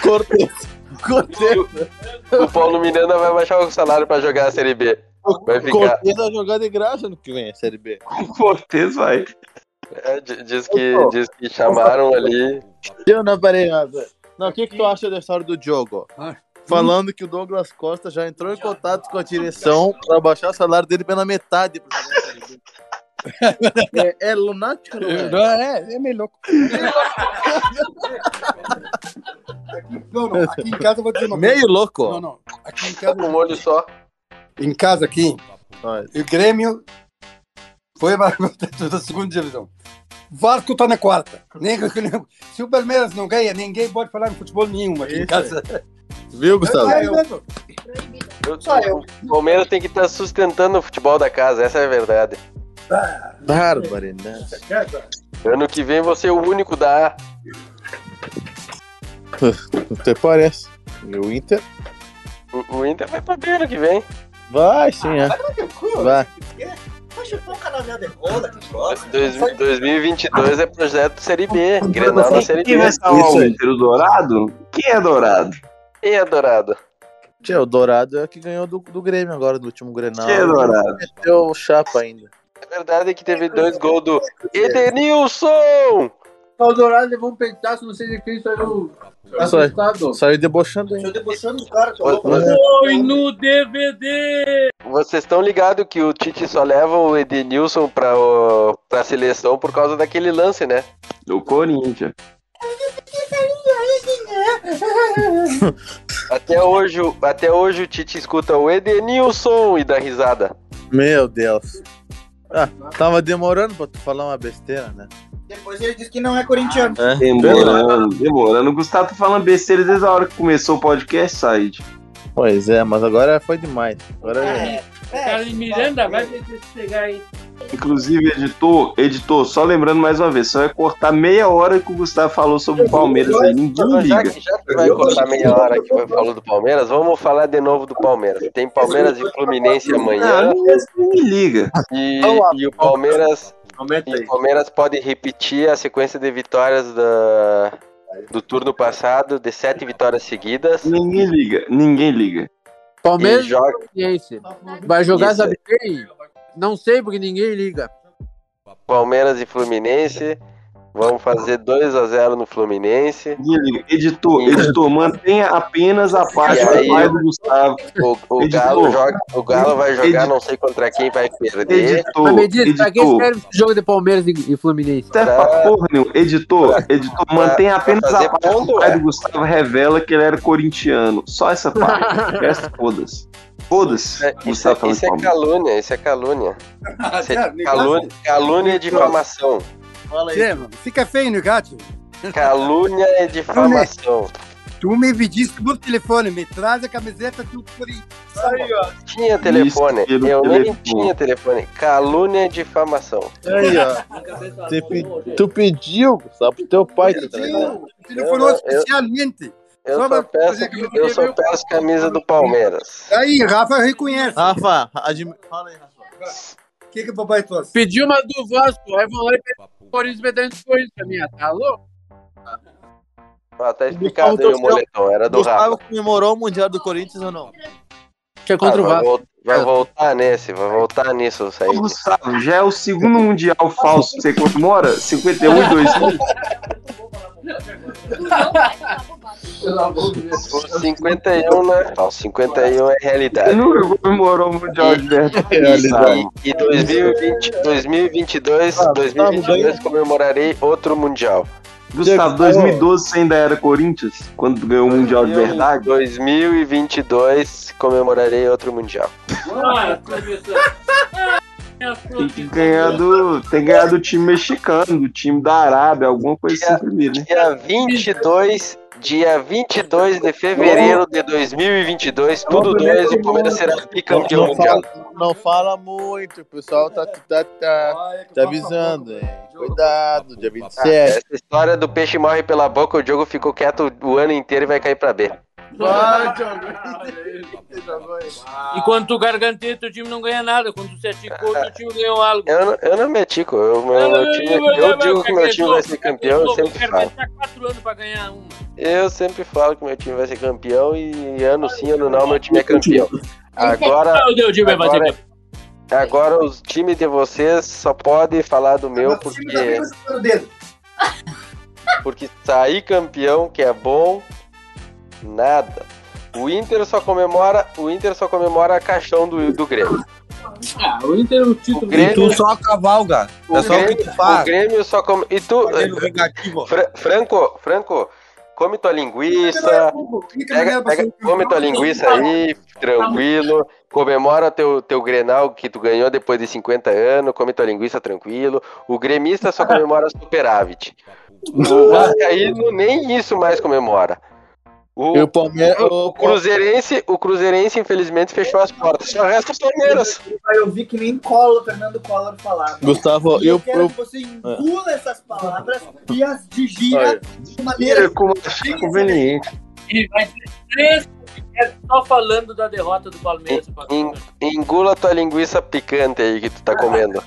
Cortez. Cortez. O Paulo Miranda vai baixar o salário pra jogar a Série B. Vai ficar. Cortez vai jogar de graça no que vem, a Série B. O Cortez vai. É, di- diz, que, diz que chamaram ali. Eu não parei nada. Não, o que, que tu acha da história do Diogo? Falando que o Douglas Costa Ah. já entrou em contato com a direção para baixar o salário dele pela metade. pro jogador. é, é lunático, não é? É, é meio louco. Não, não, aqui em casa eu vou dizer uma É, Meio coisa. louco. Não, não. Aqui em casa. Um olho só. Em casa aqui, o Grêmio foi para a segunda divisão. Vasco tá na quarta. Nem- se o Palmeiras não ganha, ninguém pode falar em futebol nenhum aqui Isso em É casa. Viu, Gustavo? É mesmo. Eu- O Palmeiras tem que estar sustentando o futebol da casa, essa é a verdade. Barbaridade. Ano que vem você é o único da A. Até parece. E o Inter? O, o Inter vai pra B ano que vem. Vai sim, é. Vai. Mas chupou o canal de roda, que gosta. Dois- 2022 é projeto Série B. Grenal na Série Quem B. vai salvar Isso o aí. Inter? O Dourado? Quem é Dourado? E é Dourado. Tia, o Dourado é que ganhou do, do Grêmio agora, do último Grenal. Que é Dourado? Meteu o chapa ainda. A verdade é que teve dois gols do Edenilson! O Dourado levou um peitaço, não sei de quem saiu. Isso aí. Assustado. Saiu debochando ainda. Tô debochando do cara, tô louco. Vocês- Foi no DVD! Vocês estão ligados que o Tite só leva o Edenilson pra, o- pra seleção por causa daquele lance, né? Do Corinthians. Até hoje, o- até hoje o Tite escuta o Edenilson e dá risada. Meu Deus. Ah, tava demorando pra tu falar uma besteira, né? Depois ele disse que não é corintiano. É. Demorando, demorando. O Gustavo tá falando besteira desde a hora que começou o podcast, Said. Pois é, mas agora foi demais. Agora é. Carlos é. então, Miranda, vai ver se pegar aí. Inclusive, editor, editor, só lembrando mais uma vez, só vai cortar meia hora que o Gustavo falou sobre o Palmeiras aí. Ninguém Mas já, liga. que- já que vai cortar meia hora que vai falar do Palmeiras, vamos falar de novo do Palmeiras. Tem Palmeiras e Fluminense Ah, amanhã ninguém me liga. e, e o Palmeiras Comenta e o Palmeiras pode repetir a sequência de vitórias da, do turno passado, de sete vitórias seguidas. Ninguém liga. Ninguém liga. E Palmeiras joga, e Fluminense. Vai jogar, Isso. sabe quem? Não sei, porque ninguém liga. Palmeiras e Fluminense. Vamos fazer 2 a 0 no Fluminense. Ninguém liga. Editor, editor, mantenha apenas a parte E do aí? pai do Gustavo. O, o Editor. Galo joga, o Galo vai jogar, Editor. não sei contra quem vai perder. Editor, Mas me diz, pra quem editor. serve esse jogo de Palmeiras e e Fluminense? Não serve pra porra nenhuma. Editor, editor, mantém apenas fazer a parte que ponto, o pai é. do Gustavo revela que ele era corintiano. Só essa parte. O resto, foda-se. Foda-se. É, Isso, Gustavo tá é- falando isso é Palmeiras. calúnia, isso é calúnia. Isso é calúnia, calúnia e difamação. Fala aí. Tchê, mano, Fica feio, né, gato? Calúnia e difamação. Tu me pediste por telefone, me traz a camiseta do Corinthians. Tinha telefone, pelo eu nem telefone. tinha telefone. Calúnia e difamação. Aí, ó. Você pe- Tu pediu, sabe, pro teu pai. Tá ligado? Meu, Telefonou Eu- eu- especialmente. Eu Só só pra peço, fazer que eu eu só peço camisa do Palmeiras. Aí, Rafa reconhece. Rafa, admi... fala aí, Rafa. O que, que o papai trouxe? Pediu uma do Vasco, aí vão lá e pegam o Corinthians metendo o Corinthians pra mim. Tá louco? Ah, tá explicado aí o moletom, era do Rafa. Gustavo comemorou o Mundial do Corinthians ou não? Tinha contra o Ah, vai, Vasco. vol- vai voltar nesse, vai voltar nisso, isso aí. Ô, Gustavo, já é o segundo mundial falso que você comemora? 51 e 2000. O 51, né? Não, 51 é Você realidade. nunca comemorou o mundial de É, verdade, Gustavo. E, e 2020, 2022, 2022 comemorarei outro mundial. Gustavo, 2012 você ainda era Corinthians? Quando tu ganhou o mundial de verdade? 2022 comemorarei outro mundial. Ah, professor. Ah, Minha Tem que professora. ganhar do, tem que ganhar do time mexicano, do time da Arábia, alguma coisa assim primeiro, né? Dia 22, dia 22 de fevereiro de 2022, tudo dois, o Palmeiras será bicampeão Não mundial. fala, não fala muito, o pessoal tá, tá, tá, tá avisando, hein? Cuidado, dia 27. Essa história do peixe morre pela boca, o Diogo ficou quieto o ano inteiro e vai cair pra B. Enquanto tu garganteia, teu time não ganha nada. Quando tu se aticou, teu time ganhou algo. Eu não, eu não me atico, eu, meu, meu time, eu digo que meu time vai ser campeão, eu sempre quero falo. gastar quatro anos pra ganhar uma. Eu sempre falo que meu time vai ser campeão e ano sim, ano não, meu time é campeão. Agora, Ah, o teu time vai fazer agora, campeão. Agora os times de vocês só podem falar do meu porque. Porque sair campeão, que é bom, nada. O Inter só comemora, o Inter só comemora a caixão do, do Grêmio. Ah, o Inter é o título. Grêmio- do- cavalga. É só o que tu faz. O Grêmio só come. E tu. Fazendo Fra- Franco, Franco, come tua é linguiça. Pega, pega- come tua linguiça aí, tranquilo. Comemora teu, teu Grenal que tu ganhou depois de 50 anos. Come tua linguiça tranquilo. O gremista só comemora superávit. O Vascaíno nem isso mais comemora. O, E o Palmeiras- o Cruzeirense, o Cruzeirense infelizmente fechou as portas. Só resta o Palmeiras. Eu vi que nem Collor, Fernando Collor né? falava. Gustavo, E eu, eu- quero eu- que você engula essas palavras e as digira Olha. de maneira é conveniente. E vai ter três podcasts só falando da derrota do Palmeiras. En- Engula tua linguiça picante aí que tu tá comendo.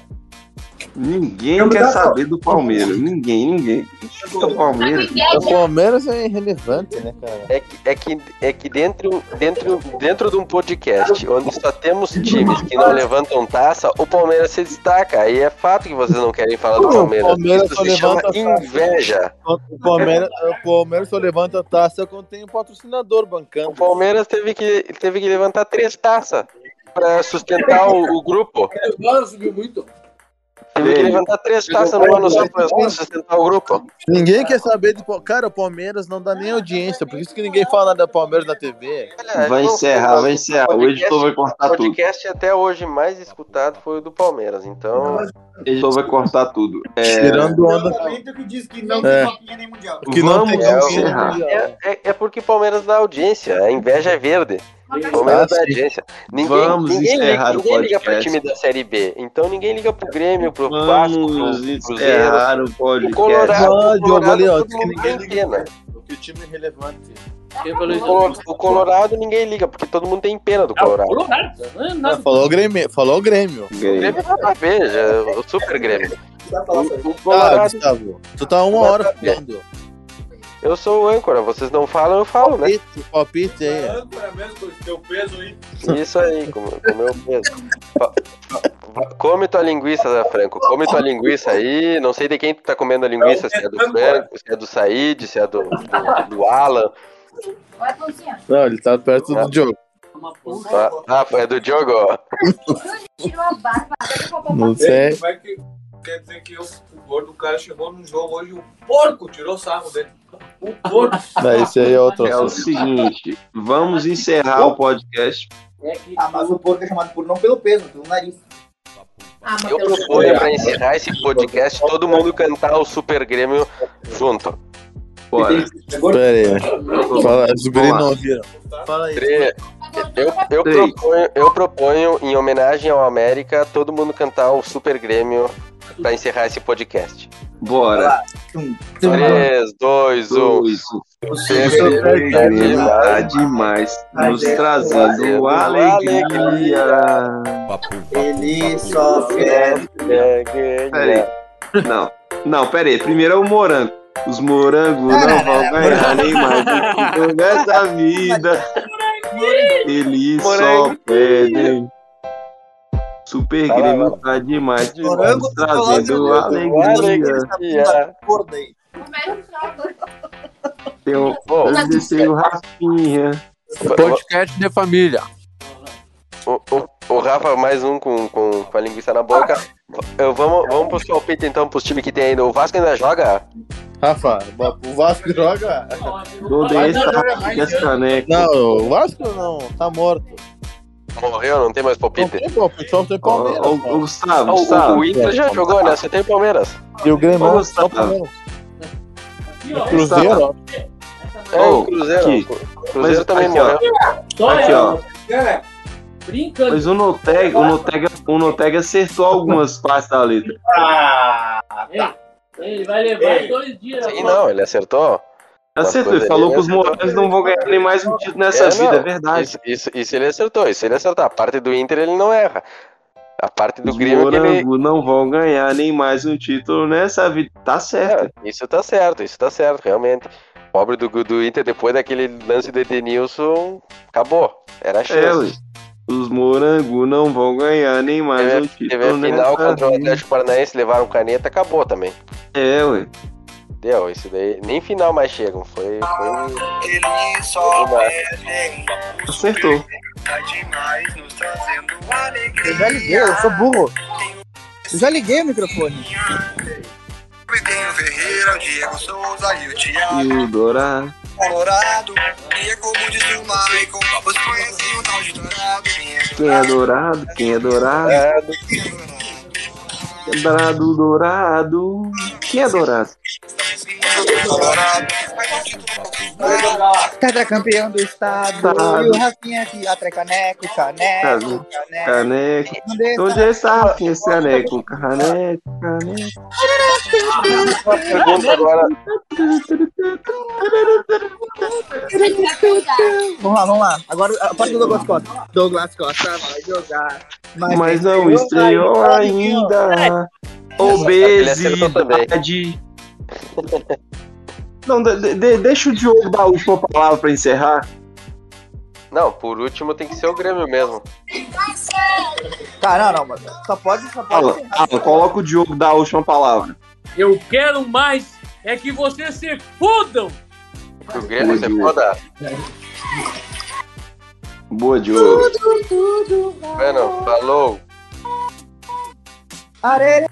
Ninguém Eu me quer dá- Então, saber do Palmeiras. Ninguém, ninguém. Do Palmeiras. O Palmeiras é irrelevante, né, cara? É que, é que, é que dentro, dentro, dentro de um podcast onde só temos times que não levantam taça, o Palmeiras se destaca. Aí é fato que vocês não querem falar do Não, Palmeiras. O Palmeiras Isso só se chama levanta inveja. O Palmeiras, o Palmeiras só levanta a taça quando tem um patrocinador bancando. O Palmeiras teve que, teve que levantar três taças para sustentar o, o grupo. subiu muito. Teve que levantar três taças no ano só para sustentar o grupo. Ninguém quer saber de. Pal- Cara, o Palmeiras não dá nem audiência, por isso que ninguém fala nada do Palmeiras na TV. é Vai encerrar, vai encerrar. O editor vai cortar O tá tudo. podcast até hoje mais escutado foi o do Palmeiras, então... O editor vai cortar tudo. É, momento que diz que não É. tem copinha nem mundial. Que não tem né? é, campeão mundial. é, é, é porque Palmeiras dá audiência, a inveja é verde. Ah, Palmeiras dá sim. audiência. Ninguém, Vamos ninguém, encerrar liga, o ninguém liga pro podcast. time da Série B. Então ninguém liga pro Grêmio, pro Vamos Vasco, pro Cruzeiro. encerrar o podcast. O Colorado, Ah, o Diogo, Colorado ali, ó, todo diz que mundo ninguém tem pena. Que o time é irrelevante. O Colo- O Colorado ninguém liga, porque todo mundo tem pena do é Colorado. né? Ah, falou o Grêmio. Falou o Grêmio. O Grêmio vai pra veja, o Super Grêmio. O, o Ah, Colorado, Gustavo, tu tá uma hora falando. eu sou o âncora, vocês não falam, eu falo, né? Palpite aí. Âncora mesmo com esse teu peso aí. Isso aí, com com o meu peso. Fa- fa- Come tua linguiça, Zé Franco. Come tua linguiça aí. Não sei de quem tu tá comendo a linguiça, se é do Franco, se é do Said, se é do, do, do Alan. Não, ele tá perto do Diogo. Ah, ah, é do Diogo. Tirou a barba. tá É. Não sei. Vai é que- Quer dizer que eu, o gordo, o cara chegou num jogo hoje, o porco tirou sarro dele. O porco. Não, esse aí é outro É o seguinte, vamos encerrar o podcast. tá Ah, mas o porco é chamado por não pelo peso, pelo nariz. Ah, Eu proponho pra encerrar esse podcast todo mundo cantar o Super Grêmio junto. Bora. Pera aí. Fala, os guri não ouviram. Tre- Eu, eu, proponho, eu proponho, em homenagem ao América, todo mundo cantar o Super Grêmio pra encerrar esse podcast. Bora. 3, 2, 1. é Sempre tá demais, nos trazendo alegria. Ele só é quer. Peraí. Não, não, peraí. Primeiro é o morango. Os morangos não vão ganhar nem mais do que nessa vida. Eles só pedem. Super Grêmio tá demais, nos trazendo é. alegria. Eu, eu deixei o Rafinha. Podcast de família. O, o, o Rafa, mais um com, com, com a linguiça na boca. Eu, vamos, vamos pros palpites então, pros times que tem ainda. O Vasco ainda joga? Rafa, o Vasco joga. Fluminense tá Não, o Vasco não, tá morto. Morreu, não tem mais palpite. Tem palpite, só tem Palmeiras. Ó, ó. Ó, o- o Inter já jogou, né? Só tem o Palmeiras. E o Grêmio, Ô, só Gustavo. o Palmeiras. tá O Cruzeiro, ó. É, o Cruzeiro. aqui. O Cruzeiro Mas também aqui, ó. morreu. Aqui, ó. É. Brincando. Mas o Notega, o Notega, o Notega acertou algumas partes da letra. É, Ele vai levar dois dias. Sim, não, ele acertou. Acertou, ele falou que os morangos não vão ganhar nem mais um título nessa vida, é verdade. Isso, isso, isso ele acertou, isso ele acertou. A parte do Inter ele não erra. A parte do Os Grêmio que ele, morangos não vão ganhar nem mais um título nessa vida. Tá certo. Isso tá certo, isso tá certo, realmente. Pobre do, do Inter, depois daquele lance do Edenilson, acabou. Era a É, ué. chance. Os morango não vão ganhar nem mais um título. Teve a final nessa contra o Atlético Paranaense, levaram caneta, acabou também. É, ué. Deu, isso daí. Nem final mais chegam. Foi. um- foi... Ele só Acertou. Eu já liguei, eu sou burro. Eu já liguei o microfone. E o Dourado. Colorado, e é como diz o Michael, você conhece o tal de Dourado. Quem é dourado? Quem é dourado? Dourado, dourado. Quem é dourado? Cada campeão do estado. Tá, Estado. E o Rafinha aqui, atrai caneco, caneco. Caneco. Caneco. Onde é essa rafinha, esse aneco? Caneco, caneco. Pergunta agora. Vamos lá, vamos lá. Agora a parte do Douglas Costa. Douglas Costa vai jogar. Mas não estreou ainda. Obesidade. Não, de- de- deixa o Diogo dar a última palavra pra encerrar. Não, por último tem que ser o Grêmio mesmo. Tá, não, não, mano. Só pode, só pode. Alan, Alan, coloca o Diogo dar a última palavra. Eu quero mais é que vocês se fudam! O Grêmio você foda. Boa, Diogo. tudo Bueno, falou. Arerê.